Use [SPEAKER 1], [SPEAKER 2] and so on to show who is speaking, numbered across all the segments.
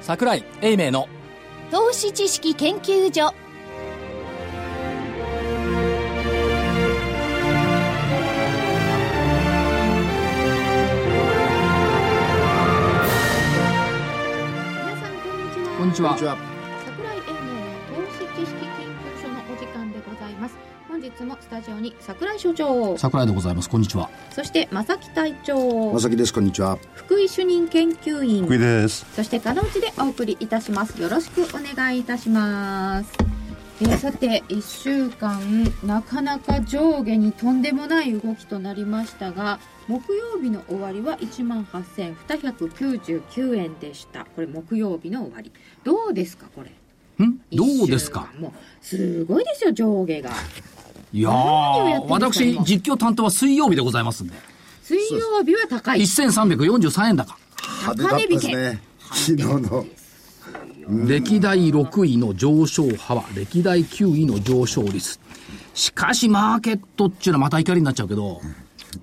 [SPEAKER 1] 桜井英明の
[SPEAKER 2] 投資知識研究所皆さんこんに
[SPEAKER 1] こんにち
[SPEAKER 2] ちは
[SPEAKER 3] こん
[SPEAKER 1] は
[SPEAKER 3] にちは。
[SPEAKER 2] 桜井英明の投資知識研究所のお時間でございます本日もスタジオに桜井所長
[SPEAKER 1] 桜井でございますこんにちは
[SPEAKER 2] そして正木隊長
[SPEAKER 3] まさきです。こんにちは。
[SPEAKER 2] 福井主任研究員
[SPEAKER 4] 福井です。
[SPEAKER 2] そしてかろうじでお送りいたします。よろしくお願いいたします。えーさて、1週間、なかなか上下にとんでもない動きとなりましたが、木曜日の終わりは18,299円でした。これ木曜日の終わり。どうですか、これ。
[SPEAKER 1] んどうです
[SPEAKER 2] 一
[SPEAKER 1] か
[SPEAKER 2] 週間もう、すごいですよ、上下が。
[SPEAKER 1] いや
[SPEAKER 2] 何をやっ
[SPEAKER 1] ー
[SPEAKER 2] てんですか
[SPEAKER 1] 私
[SPEAKER 2] 今
[SPEAKER 1] 実況担当は水曜日でございますんで
[SPEAKER 2] 水曜日は高い。
[SPEAKER 1] 1343円高
[SPEAKER 3] 派手だったですね。昨日 の。
[SPEAKER 1] 歴代6位の上昇派は歴代9位の上昇率しかしマーケットっていうのはまた怒りになっちゃうけど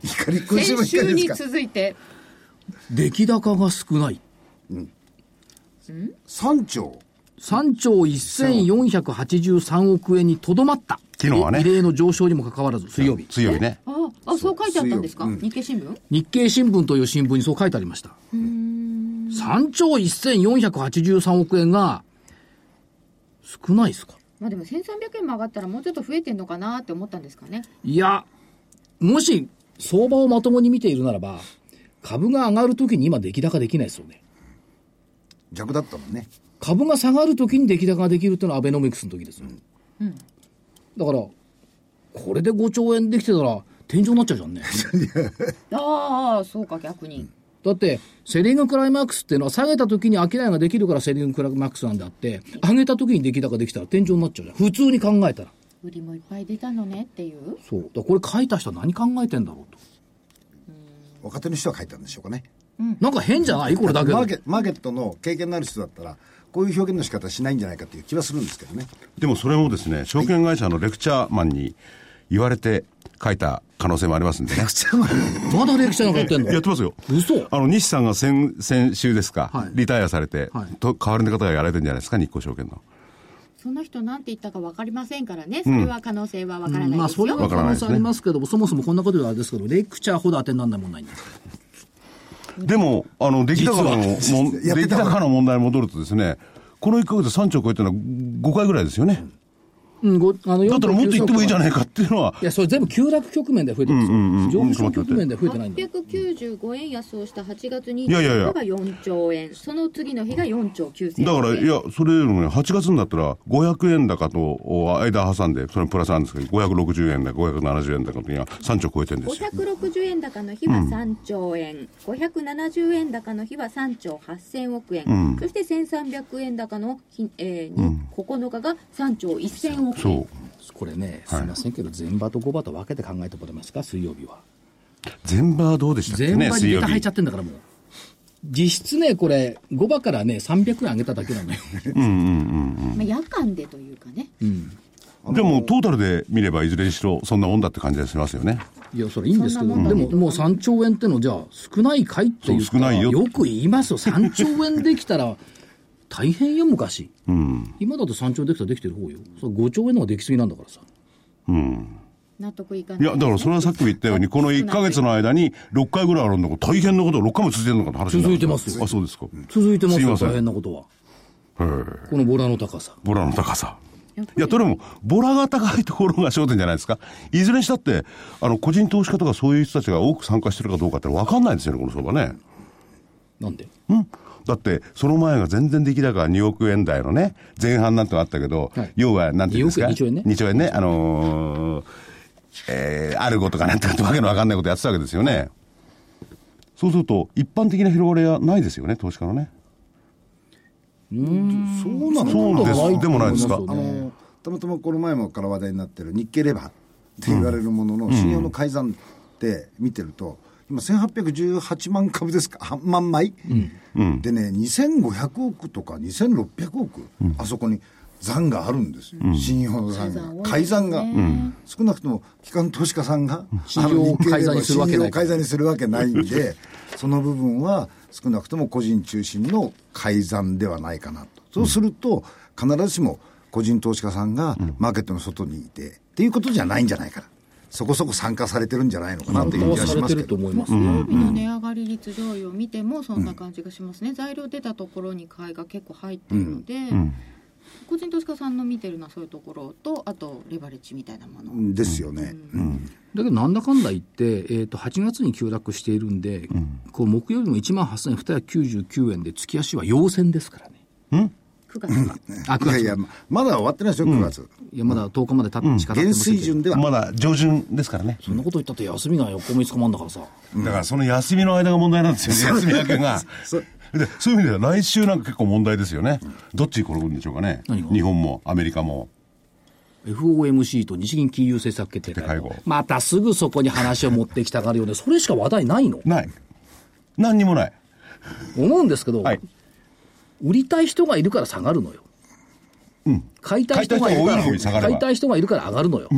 [SPEAKER 3] 怒り、今週も
[SPEAKER 2] 先
[SPEAKER 3] 怒
[SPEAKER 2] 週に
[SPEAKER 3] りですか。
[SPEAKER 2] 続いて、
[SPEAKER 1] 出来高が少ない
[SPEAKER 3] 三兆。
[SPEAKER 1] 3兆1483億円にとどまった
[SPEAKER 4] 昨日はね
[SPEAKER 1] 異例の上昇にもかかわらず水曜日
[SPEAKER 4] 水曜日ね。
[SPEAKER 2] あ、あ、そう書いてあったんですか、日経新聞
[SPEAKER 1] 日経新聞という新聞にそう書いてありました。3兆1483億円が、少ないですか
[SPEAKER 2] まあでも1300円も上がったらもうちょっと増えてんのかなって思ったんですかね。
[SPEAKER 1] いや、もし相場をまともに見ているならば、株が上がるときに今出来高できないですよね。
[SPEAKER 3] 逆だったもんね。
[SPEAKER 1] 株が下がるときに出来高ができるっていうのはアベノミクスの時ですよ。だから、これで5兆円できてたら天井になっちゃうじゃんね。
[SPEAKER 2] ああ、そうか逆に。
[SPEAKER 1] だって、セリングクライマックスっていうのは下げた時に商いができるからセリングクライマックスなんであって、上げた時に出来高できたら天井になっちゃうじゃん。普通に考えたら。
[SPEAKER 2] 売りもいっぱい出たのねっていう。
[SPEAKER 1] そう。だからこれ書いた人は何考えてんだろうと。
[SPEAKER 3] 若手の人が書いたんでしょうかね。
[SPEAKER 1] なんか変じゃないこれだけ
[SPEAKER 3] マ
[SPEAKER 1] ど
[SPEAKER 3] ー。ケマーケットの経験のある人だったら、こういう表現の仕方しないんじゃないかっていう気はするんですけどね。
[SPEAKER 4] でもそれもですね、証券会社のレクチャーマンに言われて書いた可能性もありますんでね。
[SPEAKER 1] まだ歴史なんかやってんの
[SPEAKER 4] やってますよ。
[SPEAKER 1] 嘘
[SPEAKER 4] あの、西さんが先、先週ですか、
[SPEAKER 1] はい
[SPEAKER 4] リタイアされて、
[SPEAKER 1] はい
[SPEAKER 4] と、代わりの方がやられてるんじゃないですか、日興証券の。
[SPEAKER 2] その人なんて言ったかわかりませんからね。それは可能性はわからない
[SPEAKER 1] まあ、
[SPEAKER 2] です
[SPEAKER 1] それ
[SPEAKER 2] よ。
[SPEAKER 1] は可能性ありますけども、そもそもこんなことではあれですけど、レクチャーほど当てになんないもんないんだ
[SPEAKER 4] でも、あの、出来高の、もん
[SPEAKER 3] やって
[SPEAKER 4] 出来
[SPEAKER 3] たわ
[SPEAKER 4] 高の問題に戻るとですね、この1ヶ月で3兆超えてるのは5回ぐらいですよね。
[SPEAKER 1] うん、ごあの
[SPEAKER 4] だったらもっと言ってもいいじゃないかっていうのは、
[SPEAKER 1] いや、それ全部急落局面では増えてるんですよ。上昇局面では増えてないんだよ。
[SPEAKER 2] 895円安をした8月
[SPEAKER 4] いやいやい
[SPEAKER 2] 24日
[SPEAKER 4] や
[SPEAKER 2] が4兆円。その次の日が4兆9000円。
[SPEAKER 4] だから、いや、それよりもね、8月になったら、500円高と、お間挟んで、それプラスなんですけど、560円だ、570円だかの時には3兆超えてるんですよ。
[SPEAKER 2] 560円高の日は3兆円、570円高の日は3兆8000億円、
[SPEAKER 4] うん
[SPEAKER 2] そして1300円高の日、えーに9日が3兆1000億円、
[SPEAKER 4] そう。
[SPEAKER 1] これね、すいませんけど、前場と後場と分けて考えてもらえますか、水曜日は。
[SPEAKER 4] 前場はどうでしたっけ
[SPEAKER 1] 全
[SPEAKER 4] ね、
[SPEAKER 1] 場に
[SPEAKER 4] 水
[SPEAKER 1] デ
[SPEAKER 4] 曜
[SPEAKER 1] ータ入っち
[SPEAKER 4] 日
[SPEAKER 1] ゃ。ってんだからもう。実質ね、これ、5場からね、300円上げただけなのよ。
[SPEAKER 2] まあ、夜間でというかね、
[SPEAKER 4] でも、トータルで見れば、いずれにしろ、そんなもんだって感じがしますよね。
[SPEAKER 1] いや、それいいんですけど、
[SPEAKER 2] そんな
[SPEAKER 1] で
[SPEAKER 2] もん
[SPEAKER 1] ももう3兆円っての、じゃあ、少ないかいって言ったら
[SPEAKER 4] そう少ないよ
[SPEAKER 1] よく言いますよ、3兆円できたら、大変よ、昔。
[SPEAKER 4] うん。
[SPEAKER 1] 今だと3兆円できたらできてる方よ。それ5兆円の方ができすぎなんだからさ。
[SPEAKER 4] うん。
[SPEAKER 2] 納得いかない
[SPEAKER 4] いや、だから、それはさっきも言ったように、この1ヶ月の間に、6回ぐらいあるんだから、大変なことは6回も続いてるのかって話になる
[SPEAKER 1] 続いてますよ
[SPEAKER 4] あ、そうですか。
[SPEAKER 1] 続いてます
[SPEAKER 4] すい
[SPEAKER 1] よ、
[SPEAKER 4] ません
[SPEAKER 1] 大変なことは。
[SPEAKER 4] へえ
[SPEAKER 1] このボラの高さ。
[SPEAKER 4] ボラの高さ。
[SPEAKER 2] やっ
[SPEAKER 4] い
[SPEAKER 2] ぱ
[SPEAKER 4] や、
[SPEAKER 2] り
[SPEAKER 4] どれも、ボラが高いところが焦点じゃないですか。いずれにしたって、あの、個人投資家とかそういう人たちが多く参加してるかどうかって分かんないですよね、この相場ね。
[SPEAKER 1] なんで
[SPEAKER 4] うん。だって、その前が全然出来高が2億円台のね、前半なんとかあったけど、
[SPEAKER 1] はい
[SPEAKER 4] 要は、なんていうんですか。
[SPEAKER 1] 2億円2兆円ね
[SPEAKER 4] 2兆円ね、あのー、えー、アルゴとかなんてことわけの分かんないことやってたわけですよね。そうすると、一般的な広がりはないですよね、投資家のね。
[SPEAKER 3] そうな
[SPEAKER 4] そうです。でもないですか。
[SPEAKER 1] そう
[SPEAKER 3] あ
[SPEAKER 1] ね
[SPEAKER 3] のたまたまこの前もから話題になってる日経レバーって言われるものの、信用の改ざんって見てると、今、1818万株ですか、あ万枚、でね、2500億とか2600億、あそこに残があるんですよ、信用の残が、改ざんが、少なくとも機関投資家さんが、
[SPEAKER 1] 信用を改ざんにするわけない
[SPEAKER 3] 信用を改ざんにするわけないんで、 その部分は少なくとも個人中心の改ざんではないかなと、そうすると、必ずしも個人投資家さんがマーケットの外にいて、っていうことじゃないんじゃないかな、そこそこ参加されてるんじゃないのかなという気
[SPEAKER 1] は
[SPEAKER 3] が
[SPEAKER 1] さ
[SPEAKER 3] し
[SPEAKER 1] れ
[SPEAKER 3] ます
[SPEAKER 1] て
[SPEAKER 3] け
[SPEAKER 1] る
[SPEAKER 3] ど
[SPEAKER 1] と。思います、
[SPEAKER 2] 木曜日の値上がり率上位を見てもそんな感じがしますね、材料出たところに買いが結構入ってるので、個人投資家さんの見てるのはそういうところとあとレバレッジみたいなもの、
[SPEAKER 3] ですよね、うん
[SPEAKER 1] だけどなんだかんだ言って、えー、と8月に急落しているんで、こう木曜日も1万8299円で月足は陽線ですからね
[SPEAKER 2] 9月が
[SPEAKER 1] あ9月
[SPEAKER 3] いやいや、ままだ終わってないですよ、9月、
[SPEAKER 1] いやまだ10日までたってしか経って
[SPEAKER 3] 現
[SPEAKER 1] ません
[SPEAKER 3] 水
[SPEAKER 1] けど、
[SPEAKER 3] 準では、
[SPEAKER 4] まだ上旬ですからね。
[SPEAKER 1] そんなこと言ったって休みが横3日もあんだからさ
[SPEAKER 4] だからその休みの間が問題なんですよね、休み明けが。
[SPEAKER 3] そう
[SPEAKER 4] でそういう意味では来週なんか結構問題ですよね。どっちに転ぶんでしょうかね。
[SPEAKER 1] 何が
[SPEAKER 4] 日本もアメリカも。
[SPEAKER 1] FOMC と日銀金融政策決定会
[SPEAKER 4] で
[SPEAKER 1] 合
[SPEAKER 4] 会合
[SPEAKER 1] またすぐそこに話を持ってきたがるよねそれしか話題ないの
[SPEAKER 4] ない。何にもない。
[SPEAKER 1] 思うんですけど、
[SPEAKER 4] はい。
[SPEAKER 1] 売りたい人がいるから下がるのよ、買いたい人がいるか
[SPEAKER 4] 買いたい人が多い方に下が
[SPEAKER 1] ら
[SPEAKER 4] れ
[SPEAKER 1] 買い
[SPEAKER 4] ば
[SPEAKER 1] たい人がいるから上がるのよ、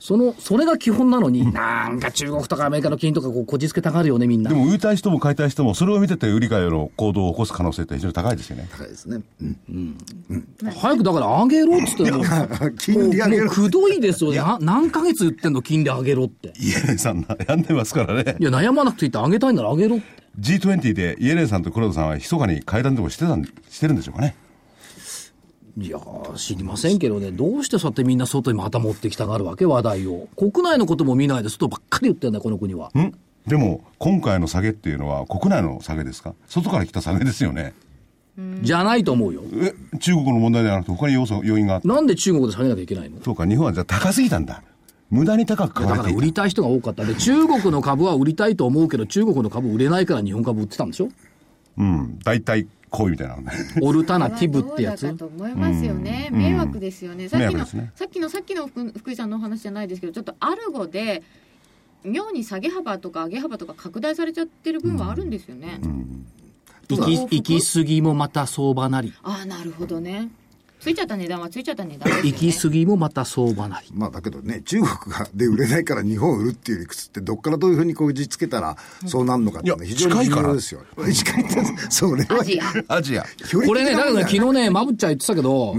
[SPEAKER 1] そのそれが基本なのに、なんか中国とかアメリカの金とかこうこじつけたがるよねみんな
[SPEAKER 4] でも売りたい人も買いたい人も、それを見てて売り買いの行動を起こす可能性って非常に高いですよね。
[SPEAKER 3] 高いですね。
[SPEAKER 1] 早くだから上げろっつってんのも
[SPEAKER 3] 金利上げ
[SPEAKER 1] う
[SPEAKER 3] る
[SPEAKER 1] くどいですよな何ヶ月言ってんの金利上げろって
[SPEAKER 4] イエレンさん悩んでますからね
[SPEAKER 1] い。や悩まなくていいって上げたいなら上げろって
[SPEAKER 4] G20 でイエレンさんと黒田さんは密かに会談でもしてたん、してるんでしょうかね。
[SPEAKER 1] いやー知りませんけどね、どうしてそうやってみんな外にまた持ってきたがるわけ、話題を。国内のことも見ないで、外ばっかり言ってんだよ、この国は。
[SPEAKER 4] んでも、今回の下げっていうのは国内の下げですか外から来た下げですよね。
[SPEAKER 1] じゃないと思うよ。
[SPEAKER 4] え、中国の問題ではなくて他に要素、要因があって。
[SPEAKER 1] なんで中国で下げなきゃいけないの
[SPEAKER 4] そうか、日本はじゃあ高すぎたんだ。無駄に高く買わ
[SPEAKER 1] だ
[SPEAKER 4] れ
[SPEAKER 1] か
[SPEAKER 4] て
[SPEAKER 1] ら
[SPEAKER 4] いた
[SPEAKER 1] 売りたい人が多かった。で、中国の株は売りたいと思うけど、中国の株売れないから日本株売ってたん でしょ
[SPEAKER 4] うん。大体、こうみたいなのね。
[SPEAKER 1] オルタナティブってや
[SPEAKER 2] ど
[SPEAKER 1] つ
[SPEAKER 2] うだかと思いますよね、迷惑ですよね、さっき
[SPEAKER 4] 迷惑
[SPEAKER 2] の、
[SPEAKER 4] ですね
[SPEAKER 2] さっきのさっきの福福井さんのお話じゃないですけど、ちょっとアルゴで、妙に下げ幅とか上げ幅とか拡大されちゃってる分はあるんですよね。
[SPEAKER 1] 行き、行き過ぎもまた相場なり。
[SPEAKER 2] ああ、なるほどね。ついちゃった値段はついちゃった値段ですよね。
[SPEAKER 1] 行き過ぎもまた相場なり。
[SPEAKER 3] まあだけどね、中国がで売れないから日本を売るっていう理屈って、どっからどういうふうにこじつけたらそうなるのかっていうのは非常に重要ですよ。 近いから。それは
[SPEAKER 2] アジア
[SPEAKER 4] アジア。
[SPEAKER 1] これね、だけどね、昨日ね、まぶっちゃん言ってたけど、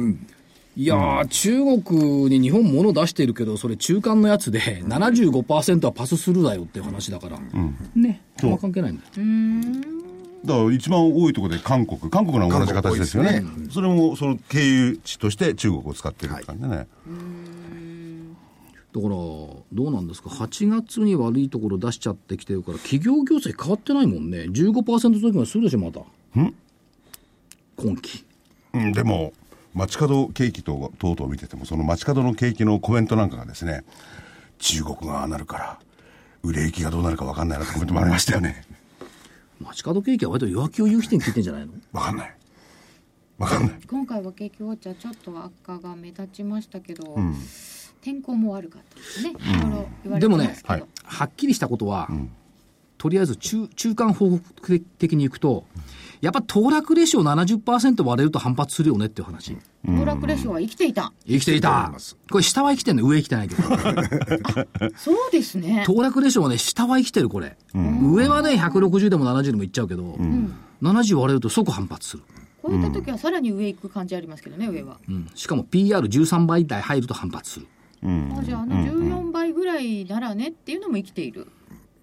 [SPEAKER 1] いやー、中国に日本物出してるけど、それ中間のやつで、75%はパススルーだよっていう話だから。ね。あんま関係ないんだよ。
[SPEAKER 4] だから一番多いところで韓国。韓国の同じ
[SPEAKER 3] 韓国多
[SPEAKER 4] 形
[SPEAKER 3] い
[SPEAKER 4] で
[SPEAKER 3] ですす
[SPEAKER 4] よ
[SPEAKER 3] ね
[SPEAKER 4] ね。それも、その経由地として中国を使ってるって感じでね。
[SPEAKER 1] だから、どうなんですか、8月に悪いところ出しちゃってきてるから、企業業績変わってないもんね、15%増減するでしょ、また。今期。
[SPEAKER 4] うん、でも街角景気と等々見ててもその街角の景気のコメントなんかがですね中国がああなるから売れ行きがどうなるか分かんないなってコメントもありましたよね
[SPEAKER 1] 街角景気は割と弱気を言う人に聞いてんじゃないの
[SPEAKER 4] 分かんない分かんない
[SPEAKER 2] 今回は景気ウォッチャーちょっと悪化が目立ちましたけど、天候も悪かったですね。いろいろ言われ
[SPEAKER 1] で
[SPEAKER 2] て
[SPEAKER 1] も
[SPEAKER 2] ま
[SPEAKER 1] ね
[SPEAKER 2] すけど。
[SPEAKER 4] はい
[SPEAKER 1] はっきりしたことは、とりあえず中中間報告的にいくと、やっぱ騰落レシオ70%割れると反発するよねっていう話。
[SPEAKER 2] 暴落レシオは生きていた。
[SPEAKER 1] 生きていた
[SPEAKER 3] 生きてます。
[SPEAKER 1] これ下は生きてんの上生きてないけど。
[SPEAKER 2] そうですね。
[SPEAKER 1] 騰落レシオはね、下は生きてるこれ。上はね、160でも70でもいっちゃうけど、70割れると即反発する。
[SPEAKER 2] こういった時はさらに上行く感じありますけどね、上は。
[SPEAKER 1] うんしかも PR13 倍台入ると反発する。
[SPEAKER 2] あじゃああの14倍ぐらいならねっていうのも生きている。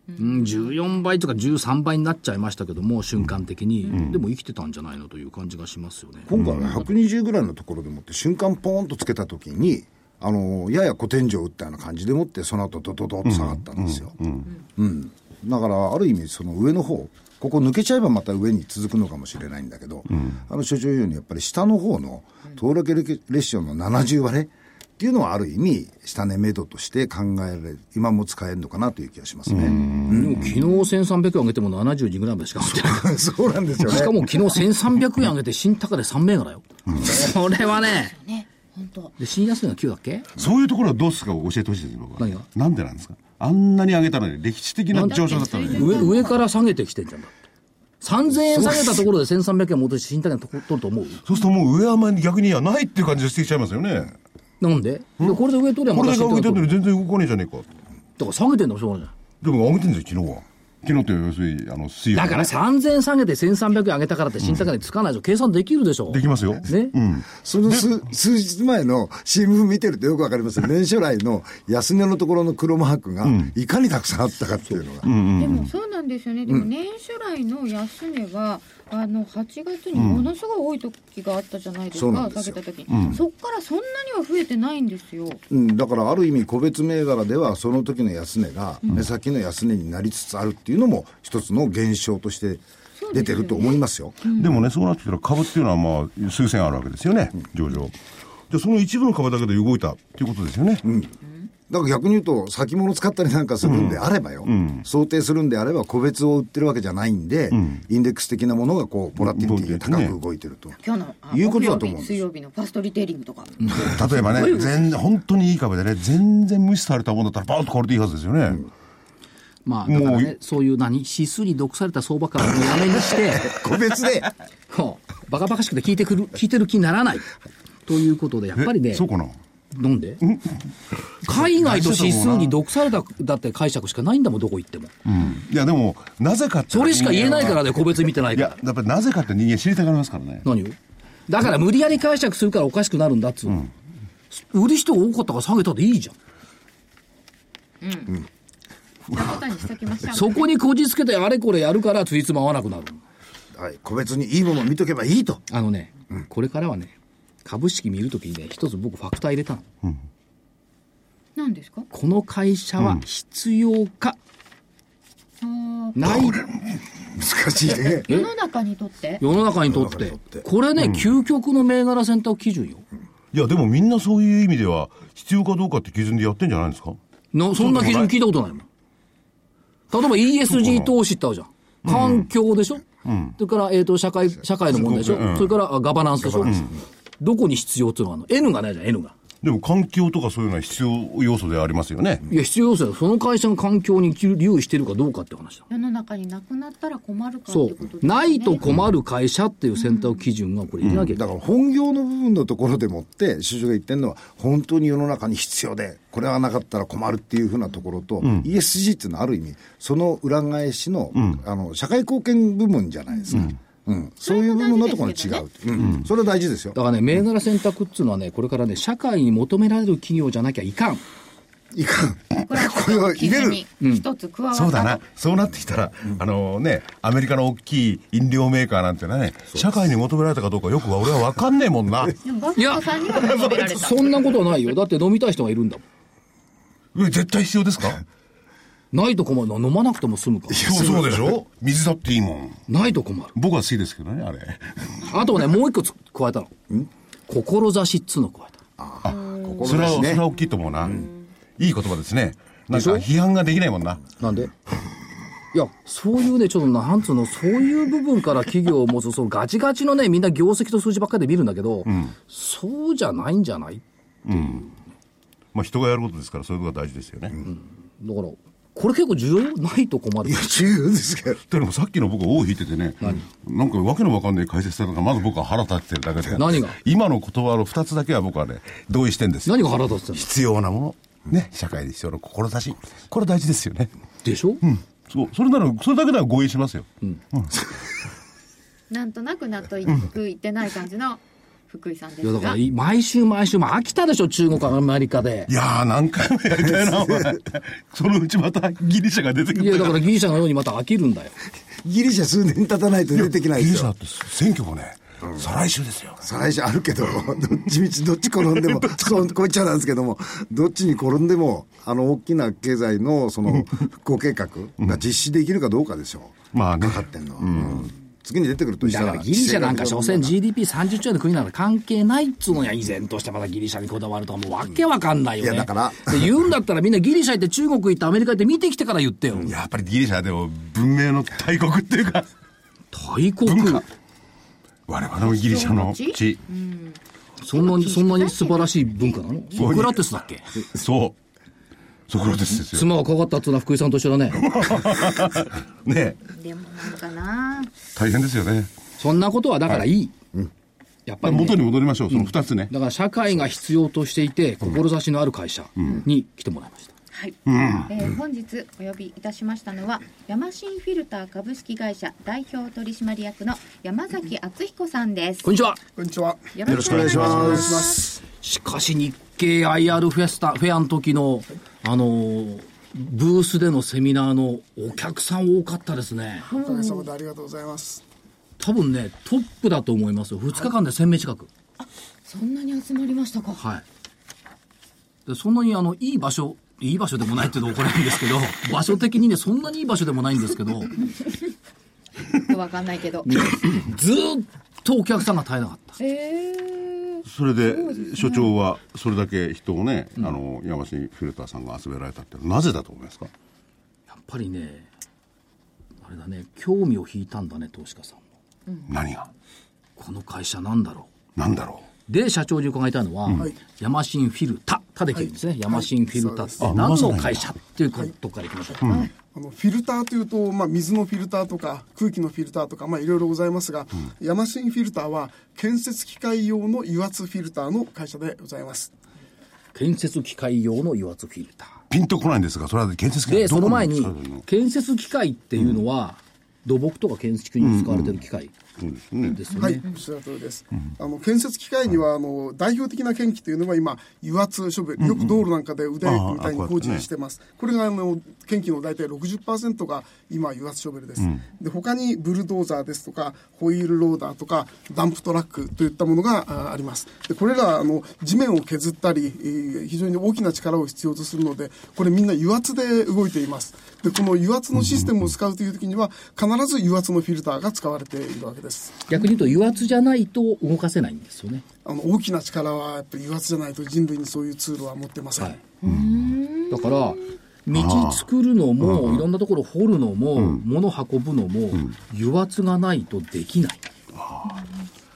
[SPEAKER 1] うん、14倍とか13倍になっちゃいましたけども、瞬間的に。でも生きてたんじゃないのという感じがしますよね。
[SPEAKER 3] 今回は120ぐらいのところでもって、瞬間ポーンとつけたときに、あの、やや小天井を打ったような感じでもって、その後ドドドッと下がったんですよ。うん。だから、ある意味、その上の方、ここ抜けちゃえばまた上に続くのかもしれないんだけど、あの所長言うように、やっぱり下の方の、登録レシオの70割れっていうのは、ある意味、下値目処として考えられる、今も使えるのかなという気がしますね。
[SPEAKER 1] でも昨日1300円上げても72ぐらいまでしか上がってない。
[SPEAKER 3] そうなんですよね。
[SPEAKER 1] しかも昨日1300円上げて新高で3銘柄よ。それはね、
[SPEAKER 2] ね、本当。
[SPEAKER 1] で新安値が9だっけ
[SPEAKER 4] そういうところはどうするか教えてほしいです僕は
[SPEAKER 1] 何が
[SPEAKER 4] なんでなんですかあんなに上げたのに歴史的な上昇だったのに
[SPEAKER 1] 上上から下げてきてんじゃんだって。 3000円下げたところで1300円戻して新高値と取ると思う
[SPEAKER 4] そうするともう上はあんまり逆にいやないっていう感じがしてきちゃいますよね。
[SPEAKER 1] なんででこれで上取りゃ
[SPEAKER 4] こ
[SPEAKER 1] ま
[SPEAKER 4] れ
[SPEAKER 1] た
[SPEAKER 4] だけ
[SPEAKER 1] 新
[SPEAKER 4] 上
[SPEAKER 1] 高値
[SPEAKER 4] げてる
[SPEAKER 1] 取
[SPEAKER 4] の
[SPEAKER 1] る
[SPEAKER 4] に全然動かねえじゃねえか。
[SPEAKER 1] だから下げてんだもしょうがないじゃん
[SPEAKER 4] でも上げてるんですよ、昨日は。昨日って要するに、あの、水曜日
[SPEAKER 1] だから3000円下げて1300円上げたからって新高値つかないでしょ、計算できるでしょ
[SPEAKER 4] できますよ。
[SPEAKER 1] ね、
[SPEAKER 3] その数数日前の新聞見てるとよくわかり ますよ年初来の安値のところの黒マークがいかにたくさんあったかっていうのが、
[SPEAKER 2] でもそうなんですよね、でも年初来の安値は、あの8月にものすごい多い時があったじゃないです
[SPEAKER 3] そうな
[SPEAKER 2] か、
[SPEAKER 3] んです
[SPEAKER 2] 下
[SPEAKER 3] よ
[SPEAKER 2] げた時に、そっからそんなには増えてないんですよ、
[SPEAKER 3] うん、だからある意味個別銘柄ではその時の安値が目先の安値になりつつあるっていうのも一つの現象として出てると思いますよ。
[SPEAKER 4] でもね、そうなってきたら株っていうのはまあ、数千あるわけですよね、上場。じゃあその一部の株だけで動いたっていうことですよね。
[SPEAKER 3] だから逆に言うと先物使ったりなんかするんであればよ、想定するんであれば個別を売ってるわけじゃないんで、インデックス的なものがこうボラティリティが高く動いてると。
[SPEAKER 2] 今日のあ
[SPEAKER 3] いうことだと思うん
[SPEAKER 2] 木曜日
[SPEAKER 3] です
[SPEAKER 2] 水曜日のファーストリテイリングと か、
[SPEAKER 4] 例えばね、全然、本当にいい株でね、全然無視されたものだったら、バーンと買われていいはずですよね。
[SPEAKER 1] まあだから
[SPEAKER 4] も
[SPEAKER 1] ねそういう何指数に毒された相場感をやめにして
[SPEAKER 3] 個別 で
[SPEAKER 1] こうバカバカしくて聞いてくる聞いてる気にならないということでやっぱり
[SPEAKER 4] え
[SPEAKER 1] ね
[SPEAKER 4] そうかな。
[SPEAKER 1] なんで海外と指数に毒されただって解釈しかないんだもんどこ行っても
[SPEAKER 4] うん。いや、でも、なぜかって。
[SPEAKER 1] それしか言えないからね個別見てない
[SPEAKER 4] い
[SPEAKER 1] か
[SPEAKER 4] や
[SPEAKER 1] ら、
[SPEAKER 4] やっぱりなぜかって人間知りたがりますからね。
[SPEAKER 1] 何をだから無理やり解釈するからおかしくなるんだっつうの、売る人が多かったから下げたでいいじゃん
[SPEAKER 2] 中谷しときました
[SPEAKER 1] そこにこじつけてあれこれやるからついつま合わなくなる
[SPEAKER 3] はい、個別にいいものを見とけばいいと。
[SPEAKER 1] あのね、これからはね株式見るときにね一つ僕ファクター入れたの
[SPEAKER 2] なんですか
[SPEAKER 1] この会社は必要か、
[SPEAKER 2] あー
[SPEAKER 1] ない
[SPEAKER 3] 難しいね。
[SPEAKER 2] 世の中にとって、
[SPEAKER 1] 世の中にとっ
[SPEAKER 3] 世の中に
[SPEAKER 1] て
[SPEAKER 3] とって
[SPEAKER 1] これね、究極の銘柄選択基準よ、
[SPEAKER 4] いや、でもみんなそういう意味では、必要かどうかって基準でやってんじゃないんですか
[SPEAKER 1] のそんな基準聞いたことないもん例えば ESG 投資ってあるじゃん環境でしょ、それから、えー、と社会社会の問題でしょ、それからあガバナンスでしょ、どこに必要っていうのがあるの N がないじゃん N が
[SPEAKER 4] でも環境とかそういうのは必要要素でありますよね。
[SPEAKER 1] いや必要性はその会社の環境に留意してるかどうかって話だ
[SPEAKER 2] 世の中になくなったら困るかって
[SPEAKER 1] そ
[SPEAKER 2] こ
[SPEAKER 1] う
[SPEAKER 2] とです、ね、
[SPEAKER 1] ないと困る会社っていう選択基準がこれ入れなきゃいけ
[SPEAKER 3] だ
[SPEAKER 1] ない、
[SPEAKER 3] から本業の部分のところでもって、市長が言ってるのは、本当に世の中に必要で、これはなかったら困るっていうふうなところと、ESG っていうのはある意味、その裏返しの,、あの社会貢献部門じゃないですか。うんそういう部分のところに違う、うん、それは大事ですよ
[SPEAKER 1] だ。からね、銘柄選択っていうのはね、これからね、社会に求められる企業じゃなきゃいかん。
[SPEAKER 3] いかん。
[SPEAKER 2] これは
[SPEAKER 3] これを入 れる。
[SPEAKER 2] 記事に一つ加わった
[SPEAKER 4] そうだ
[SPEAKER 2] と
[SPEAKER 4] な。そうなってきたら、あのね、アメリカの大きい飲料メーカーなんてのはね、社会に求められたかどうかよくは俺は分かんねえもんな。
[SPEAKER 2] でもバッファーさんには求められた。
[SPEAKER 1] そんなことはないよ。だって飲みたい人がいるんだも
[SPEAKER 4] え絶対必要ですか
[SPEAKER 1] ん。ないと困るのは飲まなくても済むから。
[SPEAKER 4] そうそうでしょ水だっていいもん。
[SPEAKER 1] ないと困る。
[SPEAKER 4] 僕は好きですけどね、あれ。
[SPEAKER 1] あとね、もう一個つ加えたの。志っつうの加えた。
[SPEAKER 4] あ、それは、
[SPEAKER 3] 志
[SPEAKER 4] そ
[SPEAKER 3] ね
[SPEAKER 4] れは大きいと思うな。いい言葉ですね。なんか批判ができないもんな。
[SPEAKER 1] なんで いや、そういうね、ちょっとなんつうの、そういう部分から企業を持つ、そのガチガチのね、みんな業績と数字ばっかりで見るんだけど、そうじゃないんじゃない
[SPEAKER 4] まあ人がやることですから、そういうことが大事ですよね。
[SPEAKER 1] だから、これ結構重要よないと困る
[SPEAKER 3] いや、。違うんですけど。
[SPEAKER 4] でもさっきの僕尾を引いててね、なんかわけのわかんない解説されたから、まず僕は腹立ってるだけで。
[SPEAKER 1] 何が
[SPEAKER 4] 今の言葉の二つだけは僕はね、同意してんですよ。
[SPEAKER 1] 何が腹立つってんの
[SPEAKER 4] 必要なもの。ね、社会で必要な志。これ大事ですよね。
[SPEAKER 1] でしょ、
[SPEAKER 4] そう、それなら、それだけなら合意しますよ。
[SPEAKER 2] なんとなく納得いってない感じの福井さんで
[SPEAKER 1] いや
[SPEAKER 2] す
[SPEAKER 1] だから
[SPEAKER 2] が。
[SPEAKER 1] い毎週毎週、まあ、飽きたでしょ中国アメリカで
[SPEAKER 4] いやー、何回もやりたいな、お 前。そのうちまたギリシャが出てく
[SPEAKER 1] いや
[SPEAKER 4] る
[SPEAKER 1] だからギリシャのようにまた飽きるんだよ
[SPEAKER 3] ギリシャ数年経たないと出てきないで
[SPEAKER 4] ギリ
[SPEAKER 3] す
[SPEAKER 4] シャだ
[SPEAKER 3] よ
[SPEAKER 4] っ。て選挙もね、再来週ですよ。
[SPEAKER 3] 再来週あるけど、 どっちみちどっち転んで も、そう、こう言っちゃなんですけども、どっちに転んでも、あの、大きな経済の、その、復興計画が実施できるかどうかでしょう。
[SPEAKER 4] まあね
[SPEAKER 3] かかってんのは。うん次に出てくるとした
[SPEAKER 1] だから
[SPEAKER 3] ら、
[SPEAKER 1] ギリシャなんか所詮
[SPEAKER 3] 地政
[SPEAKER 1] GDP30 兆円の国なら関係ないっつうのや依然としてまだギリシャにこだわるとはもうわけわかんないよね
[SPEAKER 3] いやだから
[SPEAKER 1] で言うんだったらみんなギリシャ行って中国行ってアメリカ行って見てきてから言ってよ、
[SPEAKER 4] やっぱりギリシャはでも文明の大国っていうか、
[SPEAKER 1] 大国
[SPEAKER 4] 我々もギリシャの
[SPEAKER 2] 地
[SPEAKER 4] 地。
[SPEAKER 1] そんなにそんなに素晴らしい文化なの
[SPEAKER 4] う
[SPEAKER 1] ソクラテスだっけ
[SPEAKER 4] そう。ソクラテスですよ。
[SPEAKER 1] 妻が怖かったっつうのは福井さんと一緒だね。
[SPEAKER 4] ねえ
[SPEAKER 2] でもなんかな
[SPEAKER 4] 大変ですよね。
[SPEAKER 1] そんなことはだからいい。やっぱり、ね、
[SPEAKER 4] 元に戻りましょう。その二つね。
[SPEAKER 1] だから社会が必要としていて、志のある会社に来てもらいました。
[SPEAKER 2] はい、えー本日お呼びいたしましたのはヤマシンフィルター株式会社代表取締役の山崎敦彦さんです
[SPEAKER 1] こんにちは。
[SPEAKER 5] こんにちは。
[SPEAKER 2] よ
[SPEAKER 3] よろしくお願いし
[SPEAKER 2] ろ
[SPEAKER 3] ま。
[SPEAKER 2] しくお願いします
[SPEAKER 1] しかし日経 IR フェスタ、フェアの時の、あのー、ブースでのセミナーのお客さん多かったですね。
[SPEAKER 5] おかげさまでありがとうございます。
[SPEAKER 1] 多分ね、トップだと思いますよ。2日間で1000名近く。
[SPEAKER 2] そんなに集まりましたか
[SPEAKER 1] はい。で、そんなにあの、いい場所、いい場所でもないっていうと怒られるんです けど、場所的にね、そんなにいい場所でもないんですけど、
[SPEAKER 2] ちょっとわかんないけど
[SPEAKER 1] ずーっとお客さんが絶えなかった。
[SPEAKER 2] えー、
[SPEAKER 4] それで所長はそれだけ人をね、あの山下フィルターさんが集められたってなぜだと思いますか。
[SPEAKER 1] やっぱりね、あれだね、興味を引いたんだね、投資家さんも。
[SPEAKER 4] 何が
[SPEAKER 1] この会社なんだろう。
[SPEAKER 4] なんだろ
[SPEAKER 1] で、社長に伺いたいのは、ヤマシンフィルタ、タできるんですね。ヤマシンフィルタって
[SPEAKER 4] はい
[SPEAKER 1] 何
[SPEAKER 4] そう
[SPEAKER 1] の
[SPEAKER 4] です
[SPEAKER 1] 会社っていうことからいきましょう。
[SPEAKER 5] あのフィルターというと、まあ、水のフィルターとか空気のフィルターとか、まあ、いろいろございますが、ヤマシンフィルターは建設機械用の油圧フィルターの会社でございます。
[SPEAKER 1] 建設機械用の油圧フィルタ
[SPEAKER 4] う。ピンとこないんですが、それは建設
[SPEAKER 1] ー。
[SPEAKER 4] 機械
[SPEAKER 1] で、そ
[SPEAKER 4] ど
[SPEAKER 1] の
[SPEAKER 4] こ
[SPEAKER 1] 前
[SPEAKER 4] に
[SPEAKER 1] に
[SPEAKER 4] 使われるの、
[SPEAKER 1] 建設機械っていうのは、土木とか建築に使われてる機械ですよ
[SPEAKER 5] は
[SPEAKER 1] ね。
[SPEAKER 5] い、おっしゃる通りです。あの建設機械にはあの代表的な研機というのは今油圧処分、よく道路なんかで腕みたいに工事してます。これがあの研機の大体60%が今油圧処分です。で他にブルドーザーですとかホイールローダーとかダンプトラックといったものがああります。でこれらあの地面を削ったり、えー非常に大きな力を必要とするので、これみんな油圧で動いています。でこの油圧のシステムを使うという時には必ず油圧のフィルターが使われているわけです。
[SPEAKER 1] 逆に言うと油圧じゃないと動かせないんですよね。
[SPEAKER 5] あの大きな力はやっぱり油圧じゃないと人類にそういうツールは持ってません、
[SPEAKER 1] はいだから、道作るのも、いろんなところ掘るのも、物運ぶのも、油圧がないとできない。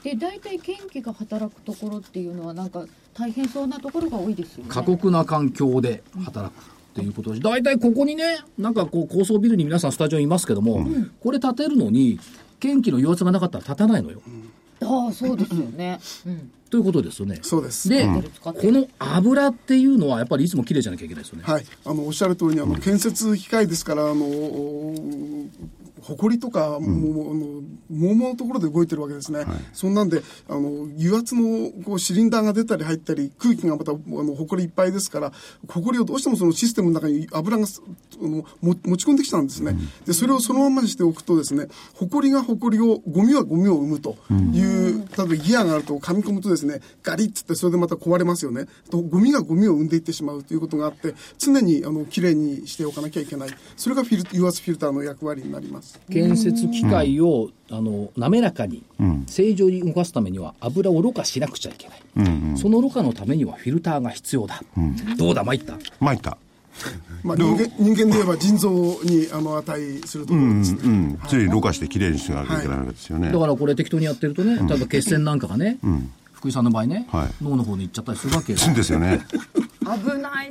[SPEAKER 2] で大体研機が働くところっていうのはなんか大変そうなところが多いですよね
[SPEAKER 1] 過酷な環境で働くっていうことだし大体ここにねなんかこう高層ビルに皆さんスタジオにいますけども、これ建てるのに元気の様子がなかったら建たないのよ、
[SPEAKER 2] ああそうですよね、うん、
[SPEAKER 1] ということですよね
[SPEAKER 5] そうです
[SPEAKER 1] で、
[SPEAKER 2] ん
[SPEAKER 1] この油っていうのはやっぱりいつも綺麗じゃなきゃいけないですよね、
[SPEAKER 5] はいあのおっしゃる通りあの建設機械ですからあの埃とかもう、あの毛毛のところで動いてるわけですね、そんなんであの油圧のこうシリンダーが出たり入ったり空気がまたあの埃いっぱいですから埃をどうしてもそのシステムの中に油がすあのも持ち込んできちゃうんですね、でそれをそのまんまにしておくとですね埃が埃をゴミはゴミを生むという、例えばギアがあると噛み込むとですねガリッつってそれでまた壊れますよねとゴミがゴミを生んでいってしまうということがあって常にあのきれいにしておかなきゃいけないそれがフィル油圧フィルターの役割になります
[SPEAKER 1] 建設機械を、あの滑らかに正常に動かすためには油をろ過しなくちゃいけない、そのろ過のためにはフィルターが必要だ、どうだ参った
[SPEAKER 4] 参った。
[SPEAKER 5] まあ、人間人間で言えば腎臓にあの値するところですね、
[SPEAKER 4] うん。ついろ過してきれいにしていかなきゃいけないわけですよね。
[SPEAKER 1] だからこれ適当にやってるとね、例えば血栓なんかがね、福井さんの場合ね、
[SPEAKER 4] はい
[SPEAKER 1] 脳の方に行っちゃったりするわけよ。
[SPEAKER 4] そうですよね。
[SPEAKER 2] 危ない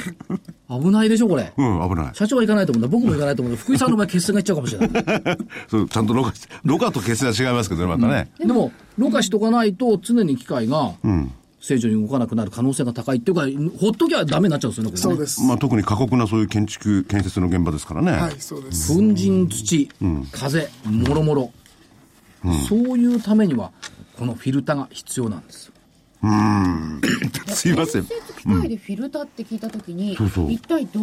[SPEAKER 1] 危ないでしょ、これ。
[SPEAKER 4] うん、危ない。
[SPEAKER 1] 社長は行かないと思うんだ。僕も行かないと思うんだ。福井さんの場合、血栓が行っちゃうかもしれない。
[SPEAKER 4] そうちゃんとろ過して、ろ過と決断は違いますけどね、またね。
[SPEAKER 1] でも、ろ過しとかないと、常に機械が、正常に動かなくなる可能性が高いっていうか、ほっときゃダメになっちゃうんですよね、これね
[SPEAKER 5] そうです、
[SPEAKER 4] まあ特に過酷なそういう建築、建設の現場ですからね。
[SPEAKER 5] はいそうです、
[SPEAKER 1] 粉塵、土、風、もろもろ。そういうためには、このフィルターが必要なんですよ。
[SPEAKER 4] すいません。
[SPEAKER 2] 建設機械でフィルターって聞いたときに、
[SPEAKER 4] そうそう
[SPEAKER 2] 一体ど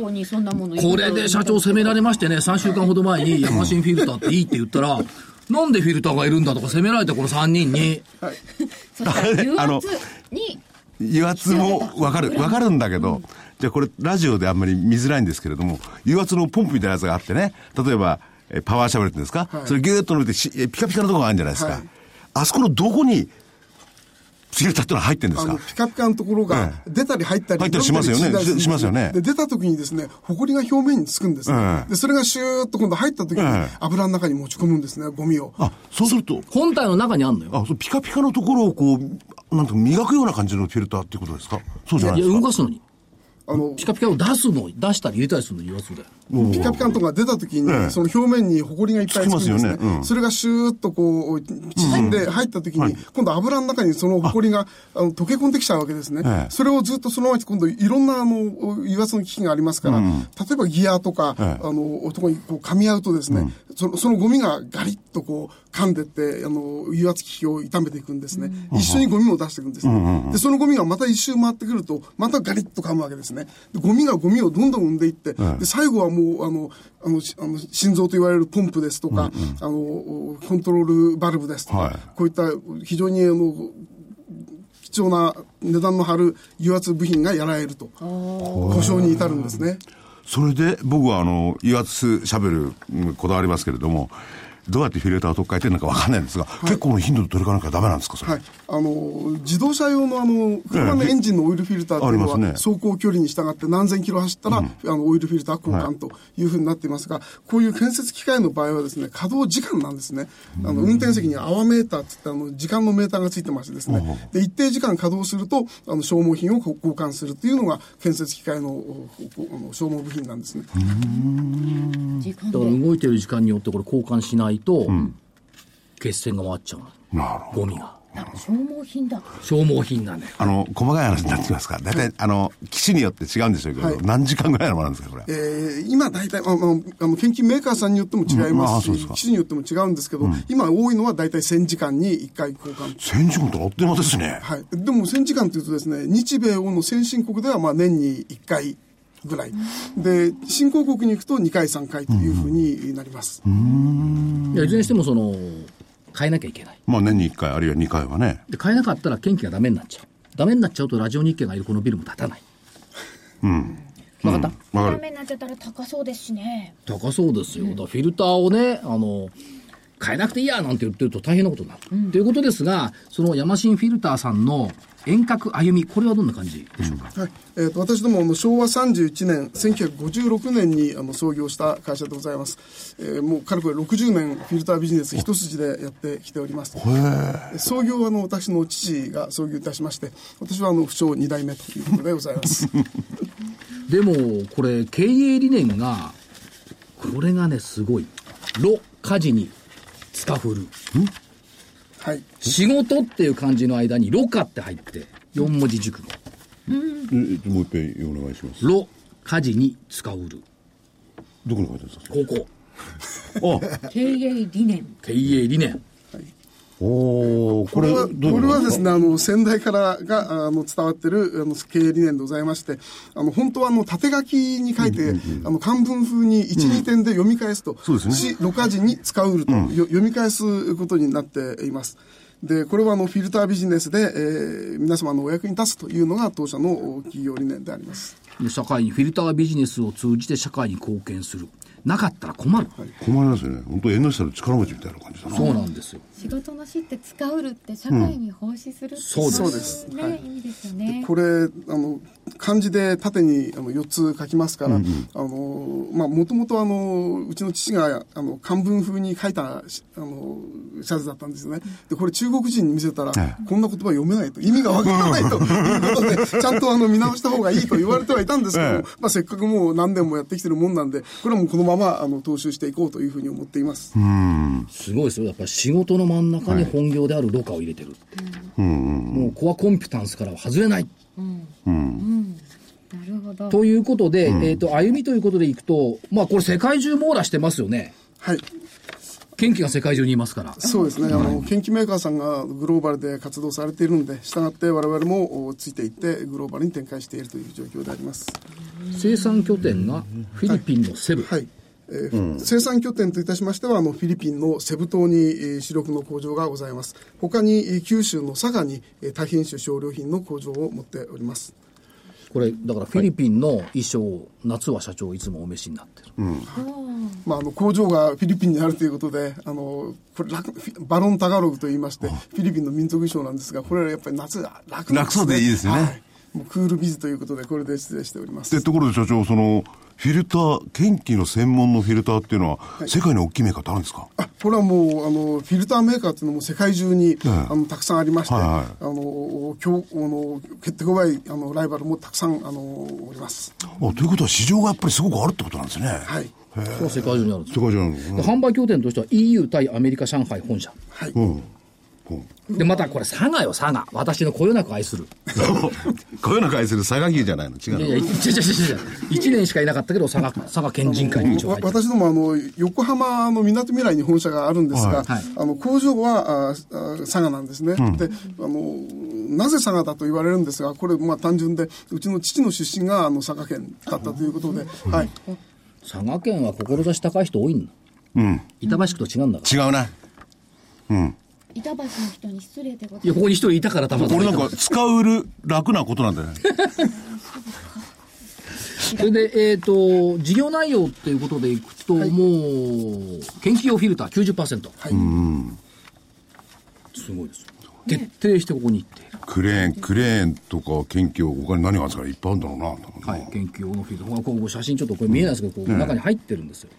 [SPEAKER 2] こにそんなもの
[SPEAKER 1] これで社長責められましてね、3週間ほど前にヤマシンフィルターっていいって言ったら、なんでフィルターがいるんだとか責められて、この3人に。
[SPEAKER 2] そしたら
[SPEAKER 4] あ
[SPEAKER 2] 油
[SPEAKER 4] の
[SPEAKER 2] 圧に
[SPEAKER 4] 油圧もわかる、わかるんだけど、じゃあこれラジオであんまり見づらいんですけれども、油圧のポンプみたいなやつがあってね、例えば、えパワーシャベルっていうんですか、それギューッと伸びてしえピカピカのとこがあるんじゃないですか。
[SPEAKER 5] はい
[SPEAKER 4] あそこのどこに、フィルターってのは入ってんです
[SPEAKER 5] あ
[SPEAKER 4] か
[SPEAKER 5] のピカピカのところが出たり入ったり、
[SPEAKER 4] 入ったりしますよね
[SPEAKER 5] 伸びたり縮んだり
[SPEAKER 4] ししますよね
[SPEAKER 5] で出た時にですね埃が表面につくんですね、
[SPEAKER 4] ええ
[SPEAKER 5] でそれがシューッと今度入った時に
[SPEAKER 4] ええ
[SPEAKER 5] 油の中に持ち込むんですねゴミを
[SPEAKER 4] あ、そうすると、
[SPEAKER 1] 本体の中にあんのよ。
[SPEAKER 4] あ、そうピカピカのところをこう、なんと磨くような感じのフィルターっていうことですかそうじゃない
[SPEAKER 1] い
[SPEAKER 4] で
[SPEAKER 1] や、
[SPEAKER 4] すか
[SPEAKER 1] 動かすのに。
[SPEAKER 5] あの
[SPEAKER 1] ピカピカを出すの、出したり入れたりするの油圧だよ。
[SPEAKER 5] ピカピカのとこが出た時に、
[SPEAKER 4] ええ
[SPEAKER 5] その表面にホコリがいっぱいつくんですね。
[SPEAKER 4] つきますよねうん
[SPEAKER 5] それがシューッとこう、縮んで入った時に、今度油の中にそのホコリがあの溶け込んできちゃうわけですね。
[SPEAKER 4] ええ
[SPEAKER 5] それをずっとそのまま今度いろんなあの、油圧の機器がありますから、例えばギアとか、
[SPEAKER 4] ええ
[SPEAKER 5] あの、とこにこう噛み合うとですね、そのそのゴミがガリッとこう噛んでって、あの、油圧機器を傷めていくんですね。一緒にゴミも出していくんですね。で、そのゴミがまた一周回ってくると、またガリッと噛むわけですね。で、ゴミがゴミをどんどん生んでいって、で、最後はもう、あの、あの、しあの心臓と言われるポンプですとか、あの、コントロールバルブですとか、
[SPEAKER 4] はい
[SPEAKER 5] こういった非常に、あの、貴重な値段の張る油圧部品がやられると、故障に至るんですね。
[SPEAKER 4] それで僕はあの油圧シャベルうんこだわりますけれどもどうやってフィルターを取っ替えてるのかわかんないんですが、結構の頻度で取り替えなきゃダメなんですかそれ、
[SPEAKER 5] はい、あの自動車用のあの車の
[SPEAKER 4] ええ
[SPEAKER 5] エンジンのオイルフィルターというの
[SPEAKER 4] あり
[SPEAKER 5] は、
[SPEAKER 4] ますね
[SPEAKER 5] 走行距離に従って何千キロ走ったら、あのオイルフィルター交換というふうになっていますが、こういう建設機械の場合はですね稼働時間なんですねあの運転席にアワーメーターっていってあの時間のメーターがついてましてですねで一定時間稼働するとあの消耗品をこう交換するというのが建設機械のこうこうあの消耗部品なんですね。
[SPEAKER 2] 時間
[SPEAKER 1] だから
[SPEAKER 2] で
[SPEAKER 1] 動いてる時間によってこれ交換しないと、血栓が回っちゃうの
[SPEAKER 4] なるほど
[SPEAKER 1] ゴミが。
[SPEAKER 2] 消耗品だ
[SPEAKER 1] 消耗品だね。
[SPEAKER 4] あの細かい話になってきますから大体、あの機種によって違うんでしょうけど、
[SPEAKER 5] はい
[SPEAKER 4] 何時間ぐらいのものなんですかこれ、
[SPEAKER 5] えー今大体、あの、あの、研究メーカーさんによっても違いますし、
[SPEAKER 4] うんあーそうで
[SPEAKER 5] 機
[SPEAKER 4] すか
[SPEAKER 5] 種によっても違うんですけど、今多いのは大体1000時間に1回交換。
[SPEAKER 4] 1000時間ってあっという間ですね、
[SPEAKER 5] はい。でも1000時間というとですね、日米欧の先進国ではまあ年に1回ぐらい。で、新興国に行くと2回3回というふうになります。
[SPEAKER 1] いや、いずれにしてもその、変えなきゃいけない。
[SPEAKER 4] まあ年に1回あるいは2回はね
[SPEAKER 1] で、変えなかったら元気がダメになっちゃう。ダメになっちゃうとラジオ日経がいるこのビルも立たない。うん。分かっ
[SPEAKER 4] わか
[SPEAKER 6] ダ
[SPEAKER 4] る
[SPEAKER 6] メになっちゃったら高そうですしね。
[SPEAKER 1] た、高そうですよ。だからフィルターをね、あの、変えなくていいやなんて言ってると大変なことになる。ということですが、そのヤマシンフィルターさんの遠隔歩み、これはどんな感じでしょうか、
[SPEAKER 5] はいえー、と私どもあの昭和31年1956年にあの創業した会社でございます、えーもうかれこれ60年フィルタービジネス一筋でやってきております創業はあの私の父が創業いたしまして私はあの不詳2代目ということでございます
[SPEAKER 1] でも、これ、経営理念が、これがね、すごい。ろ、家事に、つかふる。
[SPEAKER 5] はい
[SPEAKER 1] 仕事っていう漢字の間に、ろかって入って、4文字熟語。
[SPEAKER 4] えもう一回お願いします
[SPEAKER 1] ろ、家事に、つかうる。
[SPEAKER 4] どこに書いてあるんですか
[SPEAKER 1] ここ。
[SPEAKER 2] 経営理念
[SPEAKER 1] 経営理念。
[SPEAKER 4] おおこ
[SPEAKER 5] こ
[SPEAKER 4] れ
[SPEAKER 5] れ
[SPEAKER 4] ど
[SPEAKER 5] は
[SPEAKER 4] ういう
[SPEAKER 5] これはですすねあの先代からがあの伝わってるあの経営理念でございましてあの本当はあの縦書きに書いて、あの漢文風に12、点で読み返すと「
[SPEAKER 4] そうですね
[SPEAKER 5] しろ過時に使うると、よ読み返すことになっています。でこれはあのフィルタービジネスで、えー皆様のお役に立つというのが当社のお企業理念であります。
[SPEAKER 1] 社会に、フィルタービジネスを通じて社会に貢献する。なかったら困る。
[SPEAKER 4] 困りますよね本当縁の下の力持ちみたいな感じだな
[SPEAKER 1] そうなんですよ。
[SPEAKER 2] 仕事の死って使うるって社会に奉仕するって
[SPEAKER 1] そうです
[SPEAKER 5] そうです
[SPEAKER 2] ね、
[SPEAKER 5] はい
[SPEAKER 2] い、いですよね
[SPEAKER 5] これあの漢字で縦にあの4つ書きますから、あのまあもともとあのうちの父があの漢文風に書いたしあのシャツだったんですよね。でこれ中国人に見せたら、こんな言葉読めないと意味がわからないということでちゃんとあの見直した方がいいと言われてはいたんですけども、
[SPEAKER 4] ええ
[SPEAKER 5] まあせっかくもう何年もやってきてるもんなんでこれはもうこのままあの踏襲していこうというふうに思っています。
[SPEAKER 1] すごいですよ。やっぱり仕事の真ん中に本業であるろ過を入れてるっていう。もうコアコンピュタンスからは外れない。
[SPEAKER 2] なるほど
[SPEAKER 1] ということで、えっ、と、歩みということでいくと、まあこれ世界中網羅してますよね。
[SPEAKER 5] はい。
[SPEAKER 1] 元気が世界中にいますから。
[SPEAKER 5] そうですね、あの研究メーカーさんがグローバルで活動されているので、したがって我々もおついていって、グローバルに展開しているという状況であります。
[SPEAKER 1] 生産拠点がフィリピンのセブ。
[SPEAKER 5] はいえー生産拠点といたしましてはあのフィリピンのセブ島に、えー主力の工場がございます他に、えー九州の佐賀に、えー、多品種少量品の工場を持っております
[SPEAKER 1] これ、だからフィリピンの衣装を、夏は社長いつもお召しになってる。
[SPEAKER 5] まあ、あの工場がフィリピンにあるということで、あのこれ楽フィバロンタガログといいまして、フィリピンの民族衣装なんですが、これはやっぱり夏、楽なん
[SPEAKER 4] 楽そうでいいですよね
[SPEAKER 5] はいもうクールビズということで、これで失礼しております
[SPEAKER 4] で。ところで所長そのフィルター研機の専門のフィルターっていうのは世界の大きいメーカーってあるんですか、
[SPEAKER 5] あこれはもうあのフィルターメーカーっていうのも世界中に、あのたくさんありまして、
[SPEAKER 4] はいはい
[SPEAKER 5] あの強あの決定強いあのライバルもたくさんあのおります。
[SPEAKER 4] あということは市場がやっぱりすごくあるってことなんですね、
[SPEAKER 5] はい。
[SPEAKER 1] この世界中にあるんです
[SPEAKER 4] 世界中なのかな
[SPEAKER 1] で販売拠点としては EU 対アメリカ上海本社
[SPEAKER 5] はい。
[SPEAKER 4] うんうん
[SPEAKER 1] でまたこれ佐賀よ佐賀私のこよなく愛する
[SPEAKER 4] こういうの愛する佐賀牛じゃないの
[SPEAKER 1] い
[SPEAKER 4] 違
[SPEAKER 1] や
[SPEAKER 4] う
[SPEAKER 1] い
[SPEAKER 4] の
[SPEAKER 1] や違う違う違う違う1年しかいなかったけど佐賀佐賀県人会に一応
[SPEAKER 5] わ
[SPEAKER 1] 入ってる
[SPEAKER 5] 私どもあの横浜のみなとみらいに本社があるんですが、
[SPEAKER 1] はい
[SPEAKER 5] あの工場はああ佐賀なんですね、であのなぜ佐賀だと言われるんですがこれ、まあ、単純でうちの父の出身があの佐賀県だったということで、はい、
[SPEAKER 1] 佐賀県は志高い人多いんだ
[SPEAKER 4] うん
[SPEAKER 1] 板橋区と違うんだから
[SPEAKER 4] 違うな
[SPEAKER 6] 板橋の人に失礼でござ
[SPEAKER 1] い
[SPEAKER 6] い
[SPEAKER 1] や
[SPEAKER 6] ま
[SPEAKER 1] ここに一人いたからたまた
[SPEAKER 4] こ
[SPEAKER 1] ま
[SPEAKER 4] れなんか使うる楽なことなんだよね
[SPEAKER 1] それでえっ、と事業内容っていうことでいくと、もう研究用フィルター90%はいすごいですよ徹底してここに行っている、
[SPEAKER 4] クレーンクレーンとか研究他に何があるんですかねいっぱいあるんだろうな多分な
[SPEAKER 1] はい、研究用のフィルターここここ写真ちょっとこれ見えないですけど、こう中に入ってるんですよ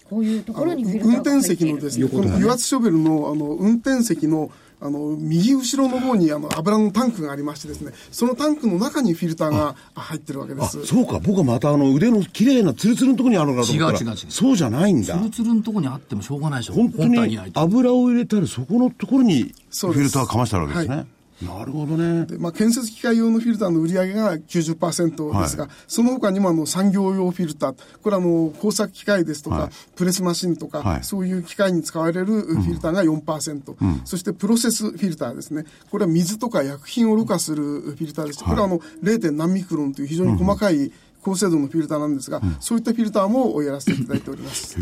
[SPEAKER 6] すこういうところにフィルターが入
[SPEAKER 5] 運転
[SPEAKER 6] っている
[SPEAKER 5] 席のですね、
[SPEAKER 1] 横
[SPEAKER 5] こと
[SPEAKER 1] か
[SPEAKER 5] の
[SPEAKER 1] ね
[SPEAKER 5] 油圧ショベルのあの運転席のあの右後ろの方にあの油のタンクがありましてですね、そのタンクの中にフィルターが入ってるわけで
[SPEAKER 4] あ
[SPEAKER 5] す。
[SPEAKER 4] そうか僕はまたあの腕の綺麗なツルツルのとこにあるのかと思ったら
[SPEAKER 1] 違う違う違う
[SPEAKER 4] そうじゃないんだ
[SPEAKER 1] ツルツルのとこにあってもしょうがないでしょ
[SPEAKER 4] 本当
[SPEAKER 1] 体
[SPEAKER 4] に
[SPEAKER 1] ないと
[SPEAKER 4] 油を入れたらそこのところにフ
[SPEAKER 5] そう
[SPEAKER 4] ィ
[SPEAKER 5] です
[SPEAKER 4] ルターかましてあるわけですね、
[SPEAKER 5] はい
[SPEAKER 4] なるほどね
[SPEAKER 5] でまあ、建設機械用のフィルターの売り上げが90%ですが、その他にもあの産業用フィルター、これはあの工作機械ですとか、
[SPEAKER 4] はい
[SPEAKER 5] プレスマシンとか、
[SPEAKER 4] はい
[SPEAKER 5] そういう機械に使われるフィルターが4%、そしてプロセスフィルターですね、これは水とか薬品をろ過するフィルターでして、これはあの 0. 何ミクロンという非常に細かい高精度のフィルターなんですが、そういったフィルターもやらせていただいております。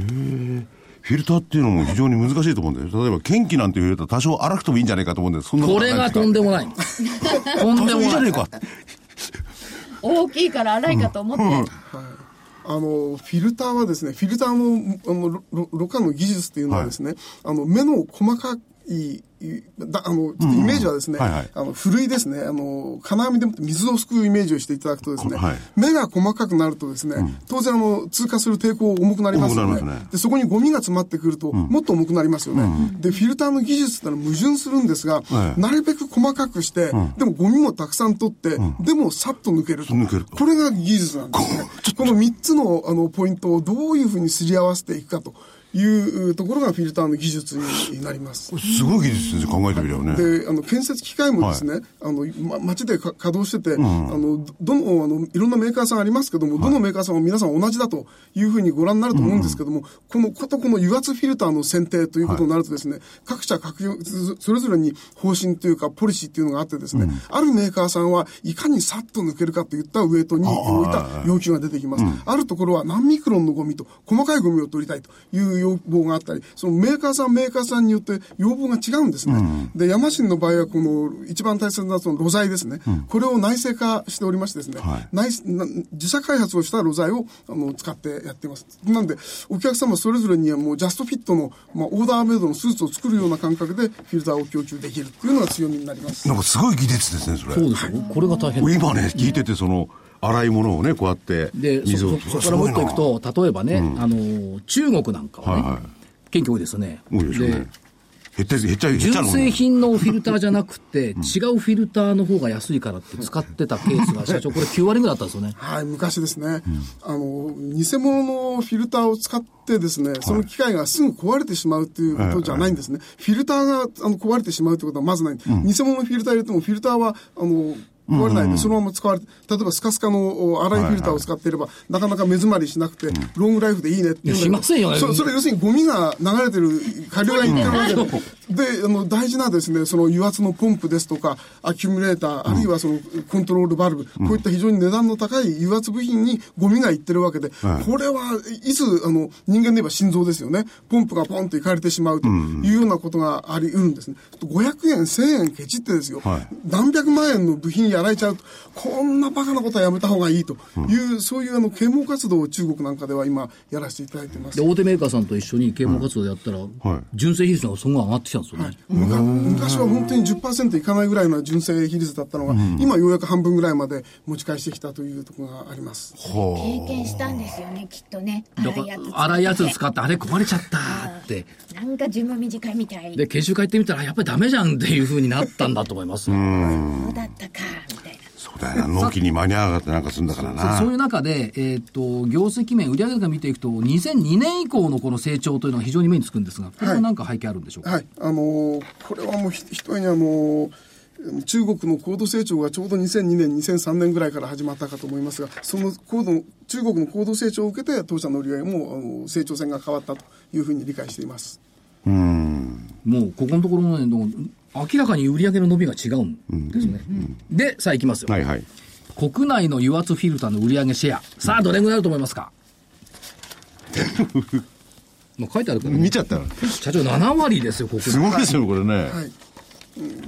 [SPEAKER 4] フィルターっていうのも非常に難しいと思うんだよ例えば剣気なんていうフィルター多少荒くてもいいんじゃないかと思うんですそんな
[SPEAKER 1] これがとんでも ないとん
[SPEAKER 4] 多
[SPEAKER 1] で
[SPEAKER 4] 少
[SPEAKER 1] も
[SPEAKER 4] いいじゃ
[SPEAKER 1] な
[SPEAKER 4] ね
[SPEAKER 1] い
[SPEAKER 4] えか
[SPEAKER 6] 大きいから荒いかと思って、
[SPEAKER 5] あのフィルターはですねフィルターのあのろろろ過の技術というのはですね、あの目の細かいいだあのちょっとイメージはですね、
[SPEAKER 4] はいはい
[SPEAKER 5] あのふるいですねあの金網でもって水をすくうイメージをしていただくとですね、
[SPEAKER 4] はい
[SPEAKER 5] 目が細かくなるとですね、当然あの通過する抵抗重くなりますよ
[SPEAKER 4] 重
[SPEAKER 5] ね
[SPEAKER 4] くなりますね
[SPEAKER 5] でそこにゴミが詰まってくると、もっと重くなりますよね、でフィルターの技術ってのは矛盾するんですが、
[SPEAKER 4] ええ
[SPEAKER 5] なるべく細かくして、でもゴミもたくさん取って、でもさっと抜けると
[SPEAKER 4] 抜ける
[SPEAKER 5] これが技術なんですね。この3つのあのポイントをどういうふうにすり合わせていくかというところがフィルターの技術になります。
[SPEAKER 4] すごい技術ですよ考えてみればね
[SPEAKER 5] であの建設機械もですね、あのま、町でか稼働してて、あのどのあのいろんなメーカーさんありますけども、どのメーカーさんも皆さん同じだというふうにご覧になると思うんですけども、このことこの油圧フィルターの選定ということになるとですね、各社各業そそれぞれに方針というかポリシーというのがあってですね、あるメーカーさんはいかにさっと抜けるかといったウエイトに置いた要求が出てきます、あるところは何ミクロンのゴミと細かいゴミを取りたいという要望があったりそのメーカーさんメーカーさんによって要望が違うんですね、で山新の場合はこの一番大切なその露材ですね、これを内製化しておりましてですね、
[SPEAKER 4] はい
[SPEAKER 5] 内な自社開発をした露材をあの使ってやってますなんでお客様それぞれにはもうジャストフィットの、まあ、オーダーメイドのスーツを作るような感覚でフィルターを供給できるというのが強みになります
[SPEAKER 4] なんかすごい技術ですねそれ
[SPEAKER 1] そうですよこれが大変
[SPEAKER 4] 今ね聞いててその洗い物をねこうやって
[SPEAKER 1] で
[SPEAKER 4] 水
[SPEAKER 1] そ
[SPEAKER 4] を
[SPEAKER 1] そそこからもっといくと例えばね、あのー中国なんかはね、
[SPEAKER 4] はいはい
[SPEAKER 1] 研究多いですね
[SPEAKER 4] 多いですよね減って減っちゃう減っちゃ
[SPEAKER 1] 純
[SPEAKER 4] うの
[SPEAKER 1] 正
[SPEAKER 4] ね
[SPEAKER 1] 品のフィルターじゃなくて、違うフィルターの方が安いからって使ってたケースが社長これ9割ぐらいあったん ですよね
[SPEAKER 5] はい、昔ですね、あの、偽物のフィルターを使ってですね、その機械がすぐ壊れてしまうということじゃないんですね。フィルターがあの壊れてしまうということはまずない。偽物のフィルター入れても、フィルターは、あの、壊れないで、そのまま使われて、例えばスカスカのお粗いフィルターを使っていれば、なかなか目詰まりしなくて、ロングライフでいいねっていうのが
[SPEAKER 1] いやしませんよね
[SPEAKER 5] そそれ要するにゴミが流れてる、下流がいってるわけで、で、あの、大事なですね、その油圧のポンプですとか、アキュミュレーター、あるいはそのコントロールバルブ、こういった非常に値段の高い油圧部品にゴミがいってるわけで、これはいつ、あの、人間で言えば心臓ですよね。ポンプがポンといかれてしまうというようなことがあり得るんですね。500円、1000円ケチってですよ。
[SPEAKER 4] はい
[SPEAKER 5] 何百万円の部品やられちゃうと、こんなバカなことはやめた方がいいという、そういうあの、啓蒙活動を中国なんかでは今やらせていただいてます
[SPEAKER 1] で。大手メーカーさんと一緒に啓蒙活動でやったら、
[SPEAKER 4] はい
[SPEAKER 1] 純正品質がすごい上がってきたんですよね。
[SPEAKER 5] 昔昔は本当に10%いかないぐらいの純正比率だったのが、今ようやく半分ぐらいまで持ち返してきたというところがあります。
[SPEAKER 6] 経験したんですよねきっとね
[SPEAKER 1] だ
[SPEAKER 6] 粗
[SPEAKER 1] か
[SPEAKER 6] いやつ
[SPEAKER 1] ら、荒いやつ使って、あれ壊れちゃったって。
[SPEAKER 6] なんか寿命短いみたい
[SPEAKER 1] で、研修会行ってみたら、やっぱりダメじゃんっていう風になったんだと思います。
[SPEAKER 6] そうだったかみたいな
[SPEAKER 4] そうだよな納期に間に合わなかったりなんかするんだから
[SPEAKER 1] そう
[SPEAKER 4] な
[SPEAKER 1] そういう中で、えーっと業績面、売上高見ていくと、2002年以降のこの成長というのが非常に目につくんですが、これは何か背景あるんでしょうか、
[SPEAKER 5] はい、あのーこれはもうひひとえにあのー中国の高度成長がちょうど2002年、2003年ぐらいから始まったかと思いますが、その高度中国の高度成長を受けて、当社の売り上げもあのー成長線が変わったというふうに理解しています。
[SPEAKER 1] もうここのところのね、どう明らかに売上の伸びが違うんですね。で、さあいきますよ、
[SPEAKER 4] はいはい
[SPEAKER 1] 国内の油圧フィルターの売上シェア、さあ、どれぐらいあると思います か、まあ書いてあるから、ね、
[SPEAKER 4] 見ちゃったら
[SPEAKER 1] 社長、7割ですよ、国内
[SPEAKER 4] すごいですよこれね
[SPEAKER 5] はい、うん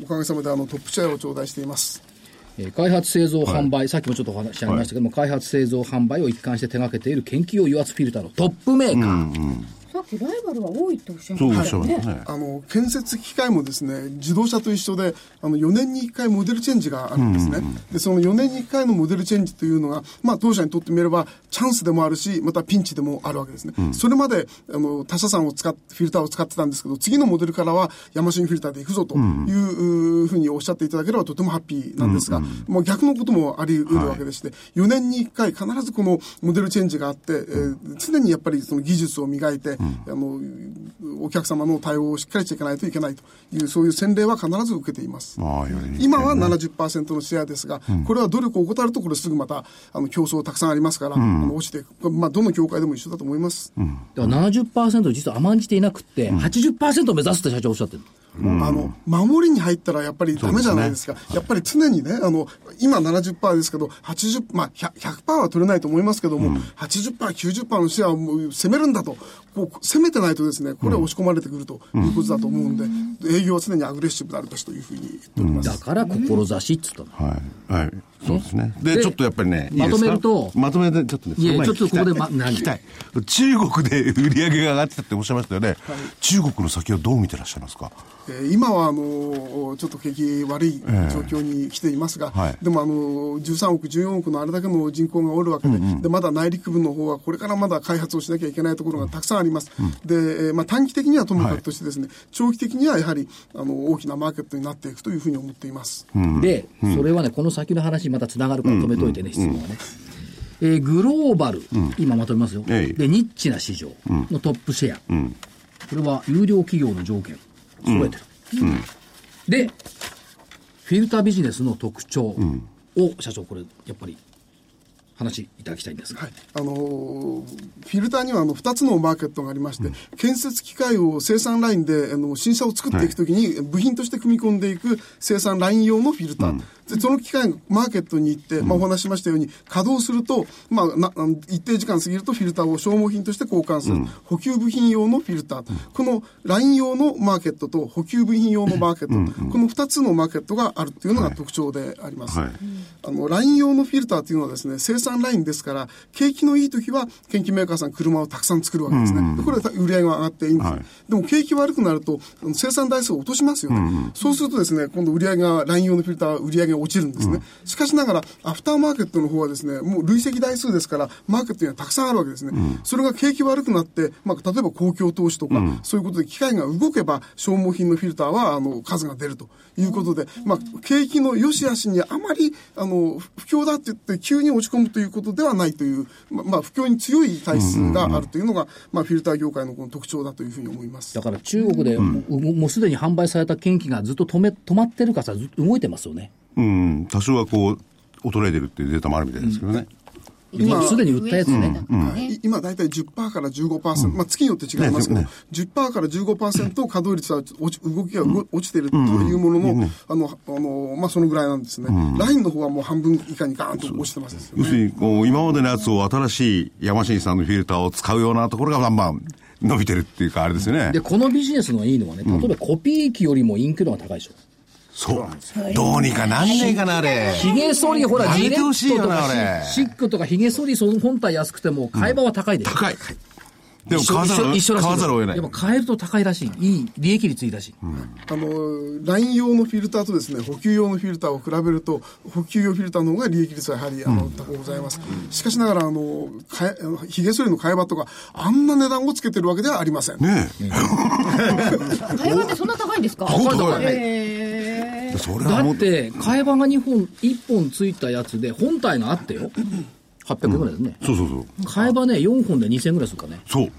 [SPEAKER 5] おかげさまであのトップシェアを頂戴しています。
[SPEAKER 1] えー開発製造販売、さっきもちょっとお話しありましたけども、開発製造販売を一貫して手掛けている研究用油圧フィルターのトップメーカー、
[SPEAKER 6] さっきライバルは多いっておっしゃい
[SPEAKER 4] そう
[SPEAKER 6] ま
[SPEAKER 4] で
[SPEAKER 6] し
[SPEAKER 4] したょう
[SPEAKER 6] ね
[SPEAKER 4] ねね
[SPEAKER 5] あの建設機械もですね自動車と一緒であの4年に1回モデルチェンジがあるんですね、でその4年に1回のモデルチェンジというのが、まあ、当社にとってみればチャンスでもあるしまたピンチでもあるわけですね、それまであの他社さんを使っフィルターを使ってたんですけど次のモデルからはヤマシンフィルターでいくぞというふうにおっしゃっていただければとてもハッピーなんですが、もう逆のこともあり得るわけでして、4年に1回必ずこのモデルチェンジがあって、えー常にやっぱりその技術を磨いて、あのお客様の対応をしっかりしていかないといけないという、そういう洗礼は必ず受けています。
[SPEAKER 4] ああよりに
[SPEAKER 5] 今は70%のシェアですが、これは努力を怠ると、これすぐまたあの競争たくさんありますから、あの落ちていく、これまあ、どの業界でも一緒だと思います。
[SPEAKER 1] だから70%実は甘んじていなくって、80%を目指すって社長おっしゃってる。
[SPEAKER 5] あの守りに入ったらやっぱりダメじゃないですか、やっぱり常にね、あの今70%ですけど、80まあ、100%, 100は取れないと思いますけども、80%、90%のシェアをもう攻めるんだと、こう攻めてないとですね、これは押し込まれてくるということだと思うんで、営業は常にアグレッシブであるべしというふうに言っております。
[SPEAKER 1] だから志っつったの。
[SPEAKER 4] はいはいそうですねで
[SPEAKER 1] で
[SPEAKER 4] ちょっとやっぱりねいい
[SPEAKER 1] ま
[SPEAKER 4] ですか
[SPEAKER 1] とめると
[SPEAKER 4] まとめてちょっとね
[SPEAKER 1] いや
[SPEAKER 4] その前に
[SPEAKER 1] ちょっとここでま
[SPEAKER 4] 聞きたい
[SPEAKER 1] 何
[SPEAKER 4] 聞きたい中国で売り上げが上がってたっておっしゃいましたよね中国の先をどう見てらっしゃいますか
[SPEAKER 5] えー今はあのーちょっと景気悪い状況に来ていますが、
[SPEAKER 4] はい
[SPEAKER 5] でも、あのー13億、14億のあれだけの人口がおるわけで,、で、まだ内陸部の方はこれからまだ開発をしなきゃいけないところがたくさんあります、でえーまあ、短期的にはともかくとしてです、ね長期的にはやはりあの大きなマーケットになっていくというふうに思っています。
[SPEAKER 1] で、それはね、この先の話にまたつながるから止めといてね、質問はね。えーグローバル、今まとめますよ。
[SPEAKER 4] ええ
[SPEAKER 1] で、ニッチな市場のトップシェア。これは有料企業の条件、揃えてる。で、フィルタービジネスの特徴を、社長、これ、やっぱり、話いただきたいんですが。
[SPEAKER 5] はい、あのーフィルターにはあの2つのマーケットがありまして、建設機械を生産ラインであの新車を作っていくときに、部品として組み込んでいく生産ライン用のフィルター、でその機械がマーケットに行って、まあ、お話ししましたように、稼働すると、まあ、なあの一定時間過ぎるとフィルターを消耗品として交換する、補給部品用のフィルター、このライン用のマーケットと補給部品用のマーケット、この2つのマーケットがあるというのが特徴であります。
[SPEAKER 4] はい
[SPEAKER 5] あの、ライン用のフィルターというのはですね、生産ラインですから、景気のいい時は、景気メーカーさん車をたくさん作るわけですね。でこれは売り上げが上がっていいんです。
[SPEAKER 4] はい
[SPEAKER 5] でも景気悪くなると、あの生産台数を落としますよね。そうするとですね、今度売り上げが、ライン用のフィルターは売り上げが落ちるんですね。しかしながら、アフターマーケットの方はですね、もう累積台数ですから、マーケットにはたくさんあるわけですね。それが景気悪くなって、まあ、例えば公共投資とか、そういうことで機械が動けば、消耗品のフィルターは、あの、数が出るということで、まあ、景気の良し悪しにあまり、あの、不況だって言って、急に落ち込むということではないという、ままあ、不況に強い体質があるというのが、まあ、フィルター業界のこの特徴だというふうに思います
[SPEAKER 1] だ。から中国でも,、うもうすでに販売された研機がずっと止め止まってるからさ、ずっと動いてますよね。
[SPEAKER 4] うん多少はこう衰えてるっていうデータもあるみたいですけどね
[SPEAKER 1] もうすでに売ったやつね。
[SPEAKER 5] はい今、大体10%から15%、まあ、月によって違いますけど、10%から15%稼働率は落ち動きがう落ちているというものの、あの、あの、まあ、そのぐらいなんですね。ラインの方はもう半分以下にガーンと落ちてますですよね
[SPEAKER 4] 要するにこう今までのやつを新しい山新さんのフィルターを使うようなところがバンバン伸びてるっていうかあれですよね
[SPEAKER 1] で、このビジネスのいいのはね、例えばコピー機よりもインクの方が高いでしょ。
[SPEAKER 4] そうどうにかなんねえかなあれ
[SPEAKER 1] ヒゲ剃り、ほら、
[SPEAKER 4] や
[SPEAKER 1] ジ
[SPEAKER 4] め
[SPEAKER 1] レ
[SPEAKER 4] てほしい
[SPEAKER 1] ット
[SPEAKER 4] よ
[SPEAKER 1] と
[SPEAKER 4] な
[SPEAKER 1] かシ
[SPEAKER 4] 俺
[SPEAKER 1] シックとかヒゲ剃りその本体安くても、買い場は高いでしょ。
[SPEAKER 4] 高いでも
[SPEAKER 1] 一緒
[SPEAKER 4] 買わざるを
[SPEAKER 1] 一緒一緒らしい
[SPEAKER 4] 買わざるを得ない
[SPEAKER 1] やっぱ買えると高いらしい。いい、利益率いいらしい。
[SPEAKER 5] あのライン用のフィルターとですね補給用のフィルターを比べると補給用フィルターの方が利益率はやはりあの高くございます、しかしながらあのかえあのひげ剃りの替え刃とかあんな値段をつけてるわけではありません、
[SPEAKER 4] ねえ。
[SPEAKER 2] 台湾ってそんな高いんですか
[SPEAKER 4] 高い高い
[SPEAKER 2] へー
[SPEAKER 4] それは
[SPEAKER 1] だ
[SPEAKER 4] も
[SPEAKER 1] っ
[SPEAKER 4] う、
[SPEAKER 1] て、替え刃が2本、1本ついたやつで、本体があってよ。800円ぐらいですね。
[SPEAKER 4] そうそうそう。
[SPEAKER 1] 替え刃ね、4本で2000円ぐらいするからね。
[SPEAKER 4] そう。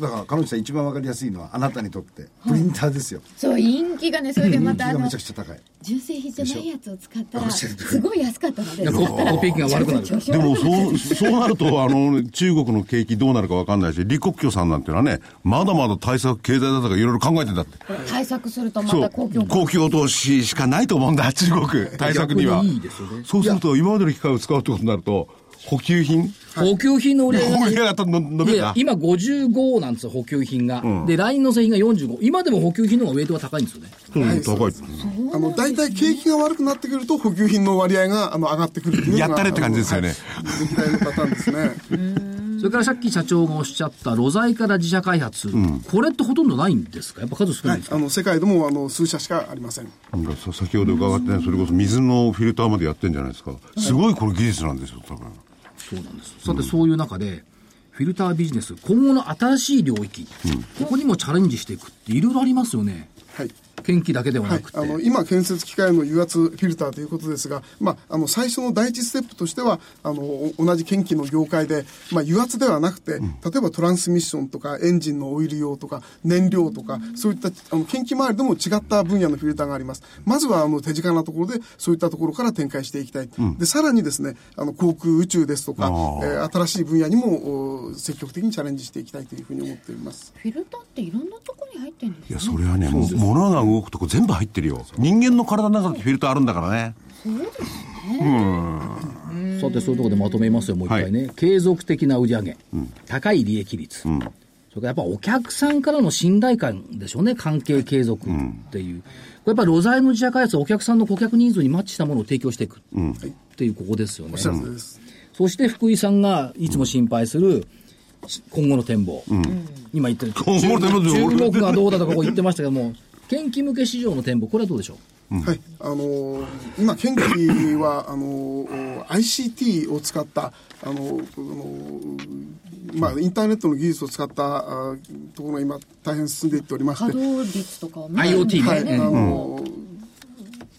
[SPEAKER 3] だから彼女さん一番わかりやすいのはあなたにとってプリンターですよ、
[SPEAKER 6] そう陰気がねそれで
[SPEAKER 3] 人
[SPEAKER 6] ま
[SPEAKER 3] 気
[SPEAKER 6] たあ
[SPEAKER 3] が
[SPEAKER 6] の
[SPEAKER 3] めちゃくちゃ高い
[SPEAKER 6] 純正品じゃないやつを使った
[SPEAKER 3] あお
[SPEAKER 6] ら
[SPEAKER 3] っしゃる通り
[SPEAKER 6] すごい安かったので
[SPEAKER 1] いやココピー機が悪くなる。
[SPEAKER 4] でもそう、そうなると、あの、中国の景気どうなるかわかんないし、李克強さんなんていうのはね、まだまだ対策、経済対策いろいろ考えてんだって。
[SPEAKER 2] 対策するとま
[SPEAKER 4] そ
[SPEAKER 2] た
[SPEAKER 4] う
[SPEAKER 2] 公共。
[SPEAKER 4] 公共投資しかないと思うんだ、中国。対策には。
[SPEAKER 1] 逆にいいですよね
[SPEAKER 4] そうすると、今までの機械を使うってことになると、補給品
[SPEAKER 1] 補給品の売り上げ
[SPEAKER 4] 補
[SPEAKER 1] が
[SPEAKER 4] 給品がたの伸び
[SPEAKER 1] い
[SPEAKER 4] る
[SPEAKER 1] や
[SPEAKER 4] な、。
[SPEAKER 1] 今55なんですよ、補給品が。で、LINE の製品が45。今でも補給品の方がウェイトが高いんですよね。
[SPEAKER 4] うん高い。
[SPEAKER 5] あの大体景気が悪くなってくると補給品の割合があの上がってくるっていうのが
[SPEAKER 4] やったれって感じですよね
[SPEAKER 5] あのはい全体のパターンです ね
[SPEAKER 1] それからさっき社長がおっしゃった、露材から自社開発。これってほとんどないんですかやっぱ数少な
[SPEAKER 5] はい
[SPEAKER 1] ん
[SPEAKER 5] い
[SPEAKER 1] ですか、
[SPEAKER 5] あの世界でもあの数社しかありません
[SPEAKER 4] なんかさ先ほど伺ってね、それこそ水のフィルターまでやってんじゃないですか。すごいこれ技術なんですよ、多分。
[SPEAKER 1] そうなんです。さて、そういう中で、フィルタービジネス、今後の新しい領域、ここにもチャレンジしていくっていろいろありますよね。
[SPEAKER 5] はい
[SPEAKER 1] 研機だけでは
[SPEAKER 5] は
[SPEAKER 1] ないくて。
[SPEAKER 5] あの今、建設機械の油圧フィルターということですが、まあ、あの最初の第一ステップとしては、あのお同じ研機の業界で、まあ、油圧ではなくて、例えばトランスミッションとか、エンジンのオイル用とか、燃料とか、そういったあの研機周りでも違った分野のフィルターがあります。まずはあの手近なところで、そういったところから展開していきたい、でさらにです、ね、あの航空宇宙ですとか、えー新しい分野にもお積極的にチャレンジしていきたいというふうに思っています。
[SPEAKER 2] フィルターっていろんなとこに入ってるんです
[SPEAKER 4] いや、それはね、もう、物が動くとこ全部入ってるよ。人間の体の中だってフィルターあるんだからね。
[SPEAKER 1] さて、そういうところでまとめますよ、もう一回ね。継続的な売り上げ、高い利益率、それからやっぱお客さんからの信頼感でしょうね、関係継続っていう。これやっぱり路材の自社開発はお客さんの顧客ニーズにマッチしたものを提供していくっていうここですよね。
[SPEAKER 5] そうです
[SPEAKER 1] そして福井さんがいつも心配する今後の展望、今言ってる中
[SPEAKER 4] 今後の展望ですよ
[SPEAKER 1] 中国がどうだとかこう言ってましたけど も、研究向け市場の展望、これはどうでしょう
[SPEAKER 5] はい、あのー今、研究はあのー ICT を使った、あのーあのーまあ、インターネットの技術を使ったあーところが今、大変進んでいっておりまして
[SPEAKER 2] 稼、働率とかを見て
[SPEAKER 1] IoT
[SPEAKER 5] はい、
[SPEAKER 1] ね
[SPEAKER 5] あ
[SPEAKER 1] うん
[SPEAKER 5] のー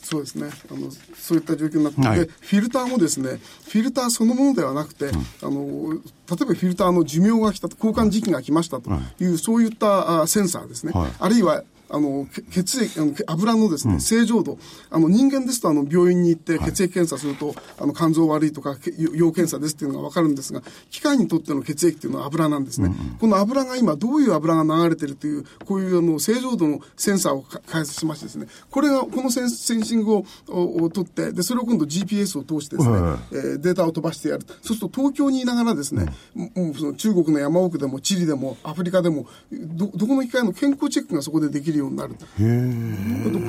[SPEAKER 5] そうですねあの、そういった状況になって、
[SPEAKER 4] はい
[SPEAKER 5] でフィルターもですね、フィルターそのものではなくて、あの例えばフィルターの寿命が来た、交換時期が来ましたという、そういったあセンサーですね、
[SPEAKER 4] はい
[SPEAKER 5] あるいはあのけ血液あのけ油のです、ね正常度、あの人間ですとあの病院に行って血液検査すると、あの肝臓悪いとか、け要検査ですっていうのが分かるんですが、機械にとっての血液っていうのは油なんですね、この油が今、どういう油が流れてるという、こういうあの正常度のセンサーをか開発しましてですね、これが、このセンセンシングをおお取って、で、それを今度 GPS を通してですね、
[SPEAKER 4] はい
[SPEAKER 5] えーデータを飛ばしてやる。そうすると東京にいながらですね、もうその中国の山奥でもチリでもアフリカでも、ど、どこの機械の健康チェックがそこでできるようになると。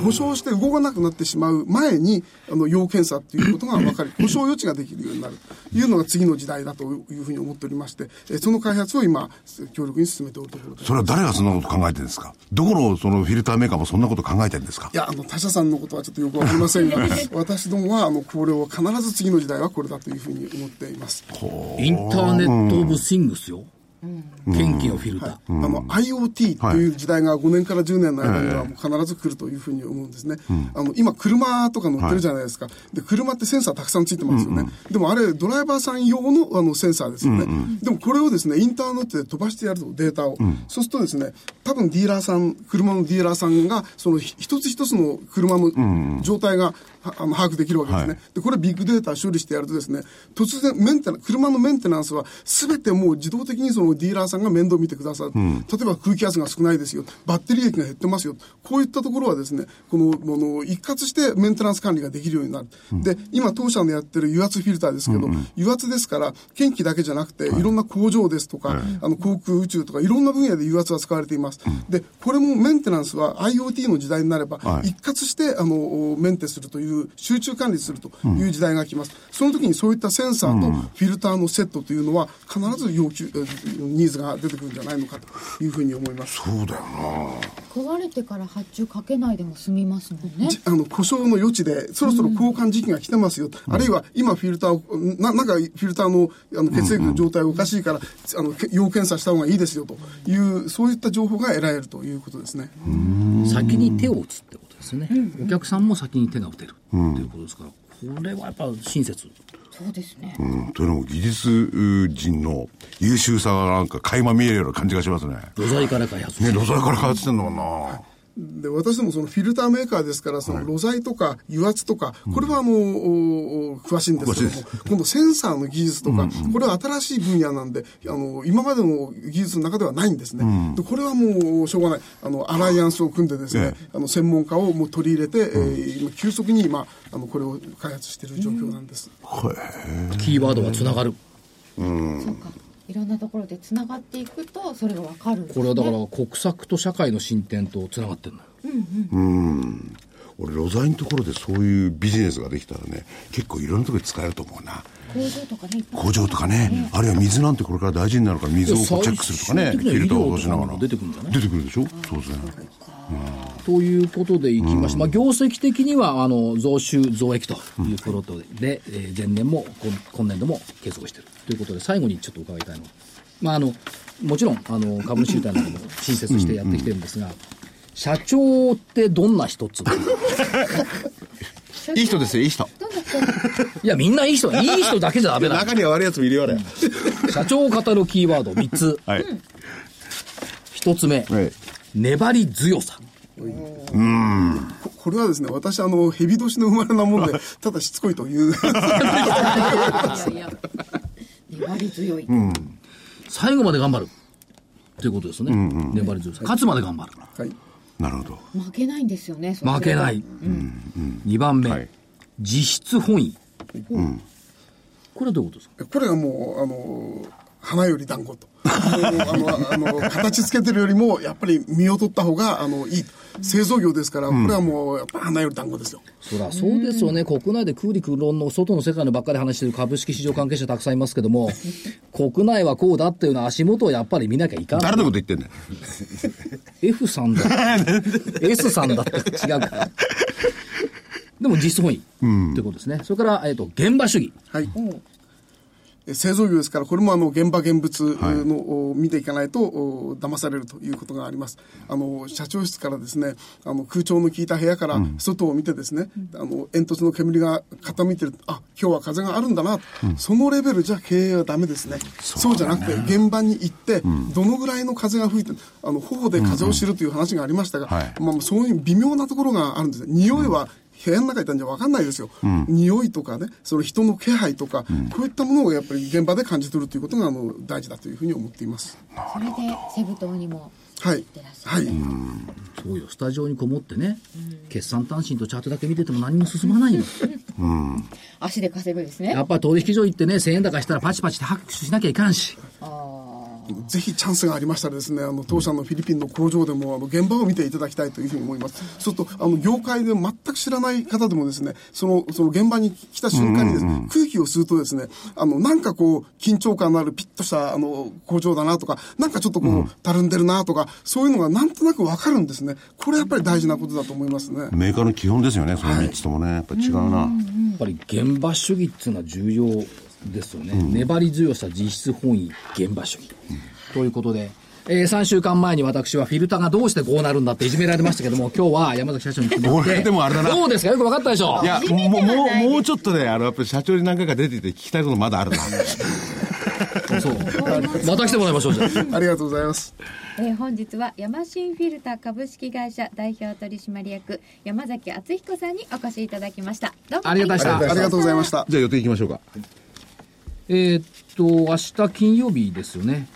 [SPEAKER 5] 故障して動かなくなってしまう前に、あの、要検査ということが分かり、故障予知ができるようになるというのが次の時代だというふうに思っておりまして、えーその開発を今、強力に進めておるところです。
[SPEAKER 4] それは誰がそんなこと考えてるんですかどこのそのフィルターメーカーもそんなこと考えてるんですか
[SPEAKER 5] いや、あの、他社さんのことはちょっとよくわかりませんが、私どもは、あの、これを必ず次の時代はこれだというふうに思っています。
[SPEAKER 1] インターネット・オブ・シングスよ、研究のフィルター。
[SPEAKER 5] あの、IoT という時代が5年から10年の間にはもう必ず来るというふうに思うんですね。あの、今、車とか乗ってるじゃないですか。で、車ってセンサーたくさんついてますよね。でもあれ、ドライバーさん用のあのセンサーですよね。でもこれをですね、インターネットで飛ばしてやると、データを。そうするとですね、多分ディーラーさん、車のディーラーさんが、そのひ一つ一つの車の状態が、はあの把握できるわけですね。
[SPEAKER 4] はい
[SPEAKER 5] で、これビッグデータ処理してやるとですね、突然メンテナ、車のメンテナンスは全てもう自動的にそのディーラーさんが面倒見てくださる。例えば空気圧が少ないですよ。バッテリー液が減ってますよ。こういったところはですね、この、もの、一括してメンテナンス管理ができるようになる。で、今当社のやってる油圧フィルターですけど、油圧ですから、研機だけじゃなくて、いろんな工場ですとか、あの、航空宇宙とか、いろんな分野で油圧が使われています。で、これもメンテナンスは IoT の時代になれば、
[SPEAKER 4] はい
[SPEAKER 5] 一括して、あの、メンテするといういう集中管理するという時代が来ます。その時にそういったセンサーとフィルターのセットというのは必ず要求、えーニーズが出てくるんじゃないのかというふうに思います。
[SPEAKER 3] そうだよな
[SPEAKER 2] 壊れてから発注かけないでも済みますもんね
[SPEAKER 5] じあの故障の余地で、そろそろ交換時期が来てますよ、あるいは今、フィルターを、ななんかフィルターのあの血液の状態おかしいから、あのけ要検査した方がいいですよという、そういった情報が得られるということですね。
[SPEAKER 1] 先に手を打つってことですね、お客さんも先に手が打てるということですから、これはやっぱ親切
[SPEAKER 2] そうですね
[SPEAKER 4] うんというのも技術人の優秀さがなんか垣間見えるような感じがしますね。
[SPEAKER 1] ロザイから開発
[SPEAKER 4] ね、
[SPEAKER 1] して
[SPEAKER 4] 路線から変わってんのかな。
[SPEAKER 5] で私どもそのフィルターメーカーですから、その露材とか油圧とか、これはあの、おお詳しいんですけども、今度センサーの技術とか、これは新しい分野なんで、あの、今までの技術の中ではないんですね。でこれはもう、しょうがない。あの、アライアンスを組んでですね
[SPEAKER 4] え、
[SPEAKER 5] あの、専門家をもう取り入れて、えー今急速に今、あの、これを開発している状況なんです。
[SPEAKER 1] キーワードがつながる、
[SPEAKER 2] そうかいろんなところでつながっていくとそれがわかるんです
[SPEAKER 1] これはだから国策と社会の進展とつながってるのよ
[SPEAKER 4] 俺、路線のところでそういうビジネスができたらね、結構いろんなところで使えると思うな。
[SPEAKER 2] 工場とかねいっぱい
[SPEAKER 4] 工場とかね、あるいは水なんてこれから大事になるから水をこうチェックするとかね、
[SPEAKER 1] 最終的には
[SPEAKER 4] フィルターを落としなが。
[SPEAKER 1] 医療とからも出てくるんじゃない
[SPEAKER 4] 出てくるでしょそうですね。
[SPEAKER 1] ということでいきまして、まあ、業績的にはあの増収増益ということで、えー前年も今今年度も継続しているということで最後にちょっと伺いたいのは、まあ、あのもちろんあの株主優待なども新設してやってきてるんですが、社長ってどんな人っつうの
[SPEAKER 4] いい人ですよ、いい人。
[SPEAKER 2] どんどんこう
[SPEAKER 1] いやみんないい人いい人だけじゃダメだ
[SPEAKER 4] には悪いやつもいるよ、あれ。
[SPEAKER 1] 社長を語るキーワード3つ
[SPEAKER 4] はい。
[SPEAKER 1] 1つ目
[SPEAKER 4] はい
[SPEAKER 1] 粘り強さ
[SPEAKER 5] ここれはですね、私、あの、蛇年の生まれな もんで、ただしつこいという。
[SPEAKER 2] いやいや粘り強い、
[SPEAKER 1] 最後まで頑張るということですね、粘り強さ勝つまで頑張る
[SPEAKER 5] はい。
[SPEAKER 4] なるほど。
[SPEAKER 2] 負けないんですよねそれ
[SPEAKER 1] 負けない、2番目、
[SPEAKER 4] はい
[SPEAKER 1] 実質本位、これはどういうことですか
[SPEAKER 5] これがもう、あの、花より団子と。あの、あの、あの形つけてるよりも、やっぱり身を取った方が、あの、いい。製造業ですから、これはもう、やっぱ花より団子ですよ。
[SPEAKER 1] そりゃそうですよね、国内で空理空論の外の世界のばっかり話してる株式市場関係者たくさんいますけども国内はこうだっていうのは足元をやっぱり見なきゃいかん
[SPEAKER 4] 誰のこと言ってんだよ。
[SPEAKER 1] F さんだ S さんだって違うからでも実質本位ということですね、それから、えっと現場主義
[SPEAKER 5] はい。え製造業ですから、これもあの現場現物の、を見ていかないとお騙されるということがあります。あの社長室からですね、あの空調の効いた部屋から外を見てですね、あの煙突の煙が傾いてる、あ今日は風があるんだな、そのレベルじゃ経営はダメですね。そうじゃなくて現場に行って、どのぐらいの風が吹いてる、あの頬で風を知るという話がありましたが、
[SPEAKER 4] はい
[SPEAKER 5] まあ、そういう微妙なところがあるんですね。匂いは部屋の中にいたんじゃ分かんないですよ、匂いとかね、その人の気配とか、こういったものをやっぱり現場で感じ取るということがあの大事だというふうに思っています。
[SPEAKER 2] それでセブ島にも
[SPEAKER 5] はい
[SPEAKER 2] てらっし、
[SPEAKER 5] はい、
[SPEAKER 1] そうよスタジオにこもってね、決算単身とチャートだけ見てても何も進まないの
[SPEAKER 2] 足で稼ぐですね
[SPEAKER 1] やっぱり取引所行ってね、1000円高したらパチパチって拍手しなきゃいかんし。
[SPEAKER 5] ぜひチャンスがありましたらですね、あの当社のフィリピンの工場でもあの現場を見ていただきたいというふうに思います。そうするとあの業界で全く知らない方でもですね、そのその現場に来た瞬間にですね、空気を吸うとですね、あのなんかこう緊張感のあるピッとしたあの工場だなとか、なんかちょっとこう、たるんでるなとか、そういうのがなんとなくわかるんですね。これやっぱり大事なことだと思いますね。
[SPEAKER 4] メーカーの基本ですよね、その3つともね。やっぱ違うな。
[SPEAKER 1] やっぱり現場主義っていうのは重要ですよね。粘り強さ、実質本位、現場主義。ということで、え3週間前に私はフィルターがどうしてこうなるんだっていじめられましたけども、今日は山崎社長に来てもらっ
[SPEAKER 4] 俺
[SPEAKER 1] て。
[SPEAKER 4] でもあれだな
[SPEAKER 1] どうですかよく分かったでしょ
[SPEAKER 4] いや、もう、もう、もうちょっとね、あの、やっぱり社長に何回か出てて聞きたいことまだある な。
[SPEAKER 1] そう。また来てもらいましょう、じゃあ。
[SPEAKER 5] ありがとうございます。
[SPEAKER 2] えー本日はヤマシンフィルター株式会社代表取締役山崎敦彦さんにお越しいただきましたどうも
[SPEAKER 1] ありがとうございました
[SPEAKER 5] ありがとうございました。
[SPEAKER 4] じゃあ予定行きましょうか。
[SPEAKER 1] えーっと、明日金曜日ですよね。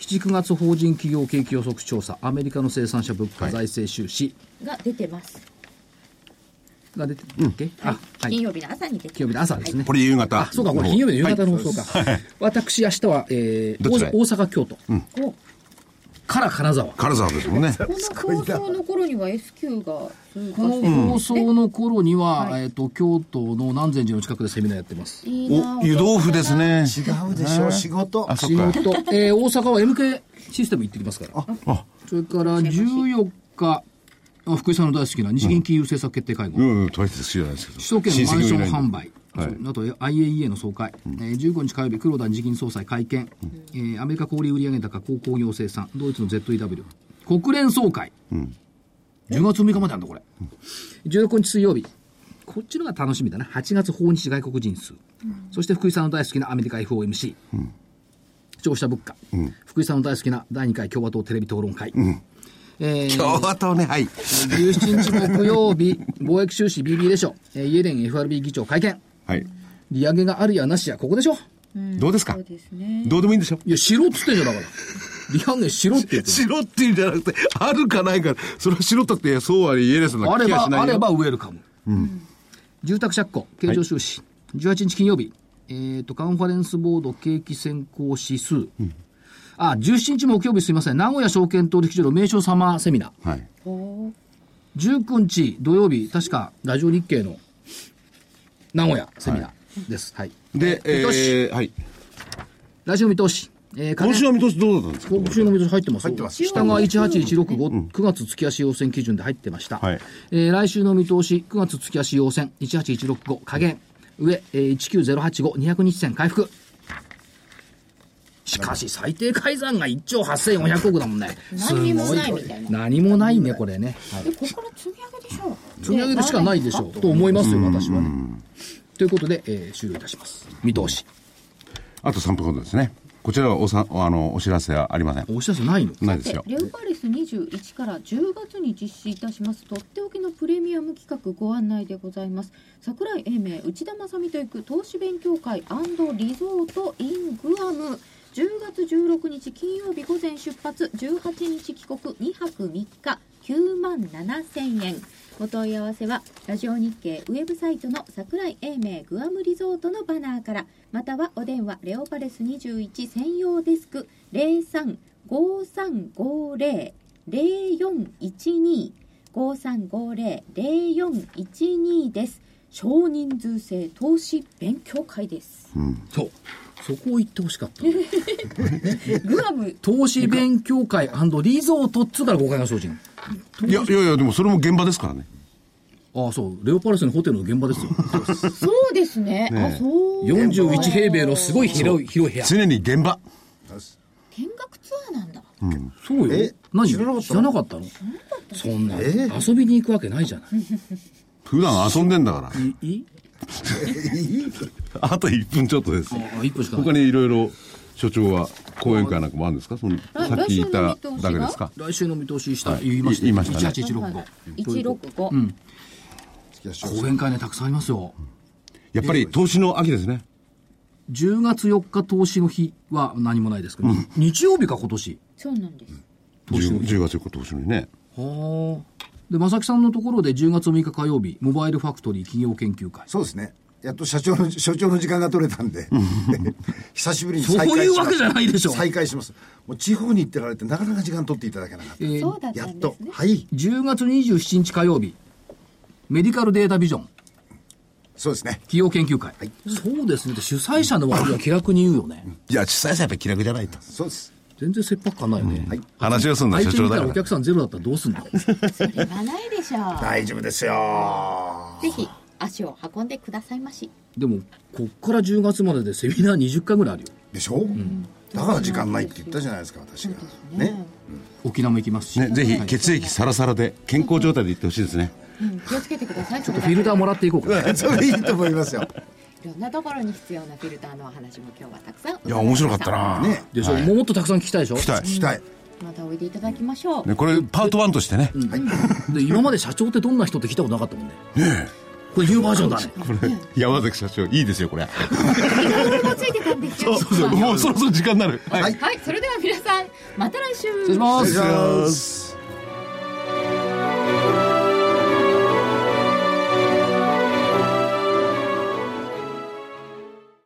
[SPEAKER 1] 7、9月法人企業景気予測調査、アメリカの生産者物価財政収支
[SPEAKER 2] が出てます、
[SPEAKER 1] が出てるっけ、あ、はい
[SPEAKER 2] 金。曜日の朝に出て
[SPEAKER 1] 金曜日の朝ですね。
[SPEAKER 4] これ夕方。
[SPEAKER 1] あ、そうか、これ金曜日の夕方の放送か。
[SPEAKER 4] はい
[SPEAKER 1] 私、明日は、えー
[SPEAKER 4] どちらへ
[SPEAKER 1] 大大阪、京都。
[SPEAKER 2] こ
[SPEAKER 1] から金沢。
[SPEAKER 4] 金沢ですも んね。
[SPEAKER 2] この放送の頃には S q が通過
[SPEAKER 1] こ
[SPEAKER 2] して
[SPEAKER 1] の放送の頃には、えっ、と、京都の南禅寺の近くでセミナーやってます。
[SPEAKER 2] いいな
[SPEAKER 4] お、湯豆腐ですね。
[SPEAKER 3] 違うでしょう、仕事。
[SPEAKER 4] あ、そ
[SPEAKER 1] 仕
[SPEAKER 4] っか。
[SPEAKER 1] 事、えー大阪は MK システム行ってきますから。
[SPEAKER 4] あ、
[SPEAKER 1] それから14日、あ福井さんの大好きな日銀金融政策決定会合。
[SPEAKER 4] うん、うん、大して好きじゃないですけど。
[SPEAKER 1] 首都圏のマンション販売、
[SPEAKER 4] はい
[SPEAKER 1] そうあとえ IAEA の総会、えー15日火曜日、黒田日銀総裁会見、えーアメリカ小売売上高、鉱工業生産、ドイツの ZEW、国連総会、10月6日まであるの、これ、16日水曜日、こっちのが楽しみだな、8月訪日外国人数、そして福井さんの大好きなアメリカ FOMC、消費者物価、福井さんの大好きな第2回共和党テレビ討論会。えー
[SPEAKER 4] 共和党ね、はい。
[SPEAKER 1] 17日木曜日、貿易収支 BB でしょ、えーイエレン FRB 議長会見、
[SPEAKER 4] はい。
[SPEAKER 1] 利上げがあるやなしや、ここでしょ。
[SPEAKER 4] どうですか
[SPEAKER 2] そうですね
[SPEAKER 4] どうでもいいんでし ょ
[SPEAKER 1] いや、しろっつってんじゃんだから。利上げしろって言って
[SPEAKER 4] しろっていうんじゃなくて、あるかないか、それはしろったって、そうは言えないです
[SPEAKER 1] る
[SPEAKER 4] な
[SPEAKER 1] あ
[SPEAKER 4] 気
[SPEAKER 1] れ
[SPEAKER 4] がしない
[SPEAKER 1] ば、
[SPEAKER 4] よ。
[SPEAKER 1] あればウェルカム。住宅借庫、経常収支、18日金曜日、えーと、カンファレンスボード景気先行指数。あ、17日木曜日すみません。名古屋証券取引所の名称サマーセミナー。
[SPEAKER 4] はい。
[SPEAKER 1] 19日土曜日、確かラジオ日経の名古屋セミナーです。はい。
[SPEAKER 4] で、え
[SPEAKER 1] 見通し
[SPEAKER 4] ー、はい。
[SPEAKER 1] 来週の見通し。えー、
[SPEAKER 4] 今週の見通しどうだったんですか
[SPEAKER 1] 今週の見通し入ってます。
[SPEAKER 3] 入ってます
[SPEAKER 1] 下が18165、9月月足要線基準で入ってました。
[SPEAKER 4] はい
[SPEAKER 1] えー来週の見通し、9月月足要線18165下限、上、えー、19085、200日線回復。しかし、最低改ざんが1兆8400億だもんね。
[SPEAKER 2] 何にもないみたいな
[SPEAKER 1] 何もないね、これね。
[SPEAKER 2] でここから積み上げでしょう
[SPEAKER 1] 積み上げるしかないでしょう。と思いますよ、私はね。ということで、えー終了いたします。見通し。
[SPEAKER 4] あと3分ほどですね。こちらはおさあのお知らせはありません。
[SPEAKER 1] お知らせないの
[SPEAKER 4] ない
[SPEAKER 2] で
[SPEAKER 4] ですよ。
[SPEAKER 2] レオパレス21から10月に実施いたしますとっておきのプレミアム企画ご案内でございます桜井英明内田正美と行く投資勉強会リゾートイングアム10月16日金曜日午前出発18日帰国2泊3日9万7000円お問い合わせはラジオ日経ウェブサイトの桜井英明グアムリゾートのバナーからまたはお電話レオパレス21専用デスク0353500412です少人数制投資勉強会です
[SPEAKER 1] そう。そこを言ってほしかった。
[SPEAKER 2] グアム
[SPEAKER 1] 投資勉強会リゾートっつうから誤解が生じる
[SPEAKER 4] いやいやいや、でもそれも現場ですからね。
[SPEAKER 1] ああそうレオパレスのホテルの現場 ですよ
[SPEAKER 2] そうですね
[SPEAKER 4] ねえ
[SPEAKER 2] あそう
[SPEAKER 1] 41平米のすごい広い広い部屋
[SPEAKER 4] 常に現場。
[SPEAKER 2] 見学ツアーなんだ
[SPEAKER 1] そうよ
[SPEAKER 3] え
[SPEAKER 1] 何
[SPEAKER 3] 知らなかったの
[SPEAKER 1] 知らなかったのそんな
[SPEAKER 3] え
[SPEAKER 1] 遊びに行くわけないじゃない
[SPEAKER 4] 普段遊んでんだから。
[SPEAKER 1] いい
[SPEAKER 4] あと1分ちょっとです
[SPEAKER 1] あ。あ一分しかな
[SPEAKER 4] 他
[SPEAKER 1] い
[SPEAKER 4] にいろいろ所長は講演会なんかもあるんですかその
[SPEAKER 2] あ
[SPEAKER 4] さっき言っただけですか
[SPEAKER 1] 来週の見通しした、
[SPEAKER 4] はい
[SPEAKER 1] 言いました,、ね、
[SPEAKER 4] 言いましたね
[SPEAKER 1] 18165
[SPEAKER 2] 165、
[SPEAKER 1] 講演会ねたくさんありますよ
[SPEAKER 4] やっぱり投資の秋ですね。
[SPEAKER 1] 10月4日投資の日は何もないですけど、日曜日か今年
[SPEAKER 2] そうなんです
[SPEAKER 4] 10 10月4日投資の日ね。
[SPEAKER 1] はあで正木さんのところで10月6日火曜日モバイルファクトリー企業研究会
[SPEAKER 3] そうですね。やっと社長の、 所長の時間が取れたんで、 久しぶりに再
[SPEAKER 1] そう
[SPEAKER 3] 開
[SPEAKER 1] い
[SPEAKER 3] し
[SPEAKER 1] う
[SPEAKER 3] ます
[SPEAKER 1] わけじゃないでしょ
[SPEAKER 3] 再開します。もう地方に行ってられて、なかなか時間取っていただけなかった。
[SPEAKER 1] えー
[SPEAKER 2] そうだった
[SPEAKER 3] やっ
[SPEAKER 2] んで
[SPEAKER 3] と
[SPEAKER 2] すね。
[SPEAKER 3] はい。
[SPEAKER 1] 10月27日火曜日、メディカルデータビジョン
[SPEAKER 3] そうですね。
[SPEAKER 1] 企業研究会。そうですねって主催者の割には気楽に言うよね。
[SPEAKER 4] いや、主催者やっぱり気楽じゃないと。
[SPEAKER 3] そうです。
[SPEAKER 1] 全然切迫感ないよね。はい。
[SPEAKER 4] 話をするのは
[SPEAKER 1] 相手
[SPEAKER 4] 所長
[SPEAKER 1] 見たら
[SPEAKER 4] だか
[SPEAKER 1] お
[SPEAKER 4] ら。
[SPEAKER 1] 客さんゼロだったらどうすんの
[SPEAKER 2] それはないでしょう
[SPEAKER 3] 大丈夫ですよ。
[SPEAKER 2] ぜひ足を運んでくださいまし
[SPEAKER 1] でも、こっから10月まででセミナー20回ぐらいあるよ。
[SPEAKER 3] でしょ、だから時間ないって言ったじゃないですか私がね
[SPEAKER 1] 沖縄も行きますし。
[SPEAKER 4] ね、ぜひ血液サラサラで健康状態で行ってほしいですね。
[SPEAKER 2] うん気をつけてくださいちょ
[SPEAKER 1] ちょっとフィルターもらっていこうかな。
[SPEAKER 3] それいいと思いますよ
[SPEAKER 2] いろんなところに必要なフィルターのお話も今日はたくさん
[SPEAKER 4] いや、面白かったな
[SPEAKER 3] ね
[SPEAKER 1] でしょ、もっとたくさん聞きたいでしょ
[SPEAKER 4] 聞きたい。
[SPEAKER 3] 聞きたい
[SPEAKER 2] またおいでいただきましょう、
[SPEAKER 4] ね、これパート1としてね。
[SPEAKER 1] で、今まで社長ってどんな人って聞いたことなかったもんね。ねこれニューバージョンだね。
[SPEAKER 4] これ、山崎社長、いいですよ、これ。
[SPEAKER 2] いろいろついてたんですよ
[SPEAKER 4] そうそう、もうそろそろ時間になる。はい
[SPEAKER 2] はいそれでは皆さんまた来週
[SPEAKER 1] 失礼しま
[SPEAKER 3] お
[SPEAKER 1] す。
[SPEAKER 3] 願いします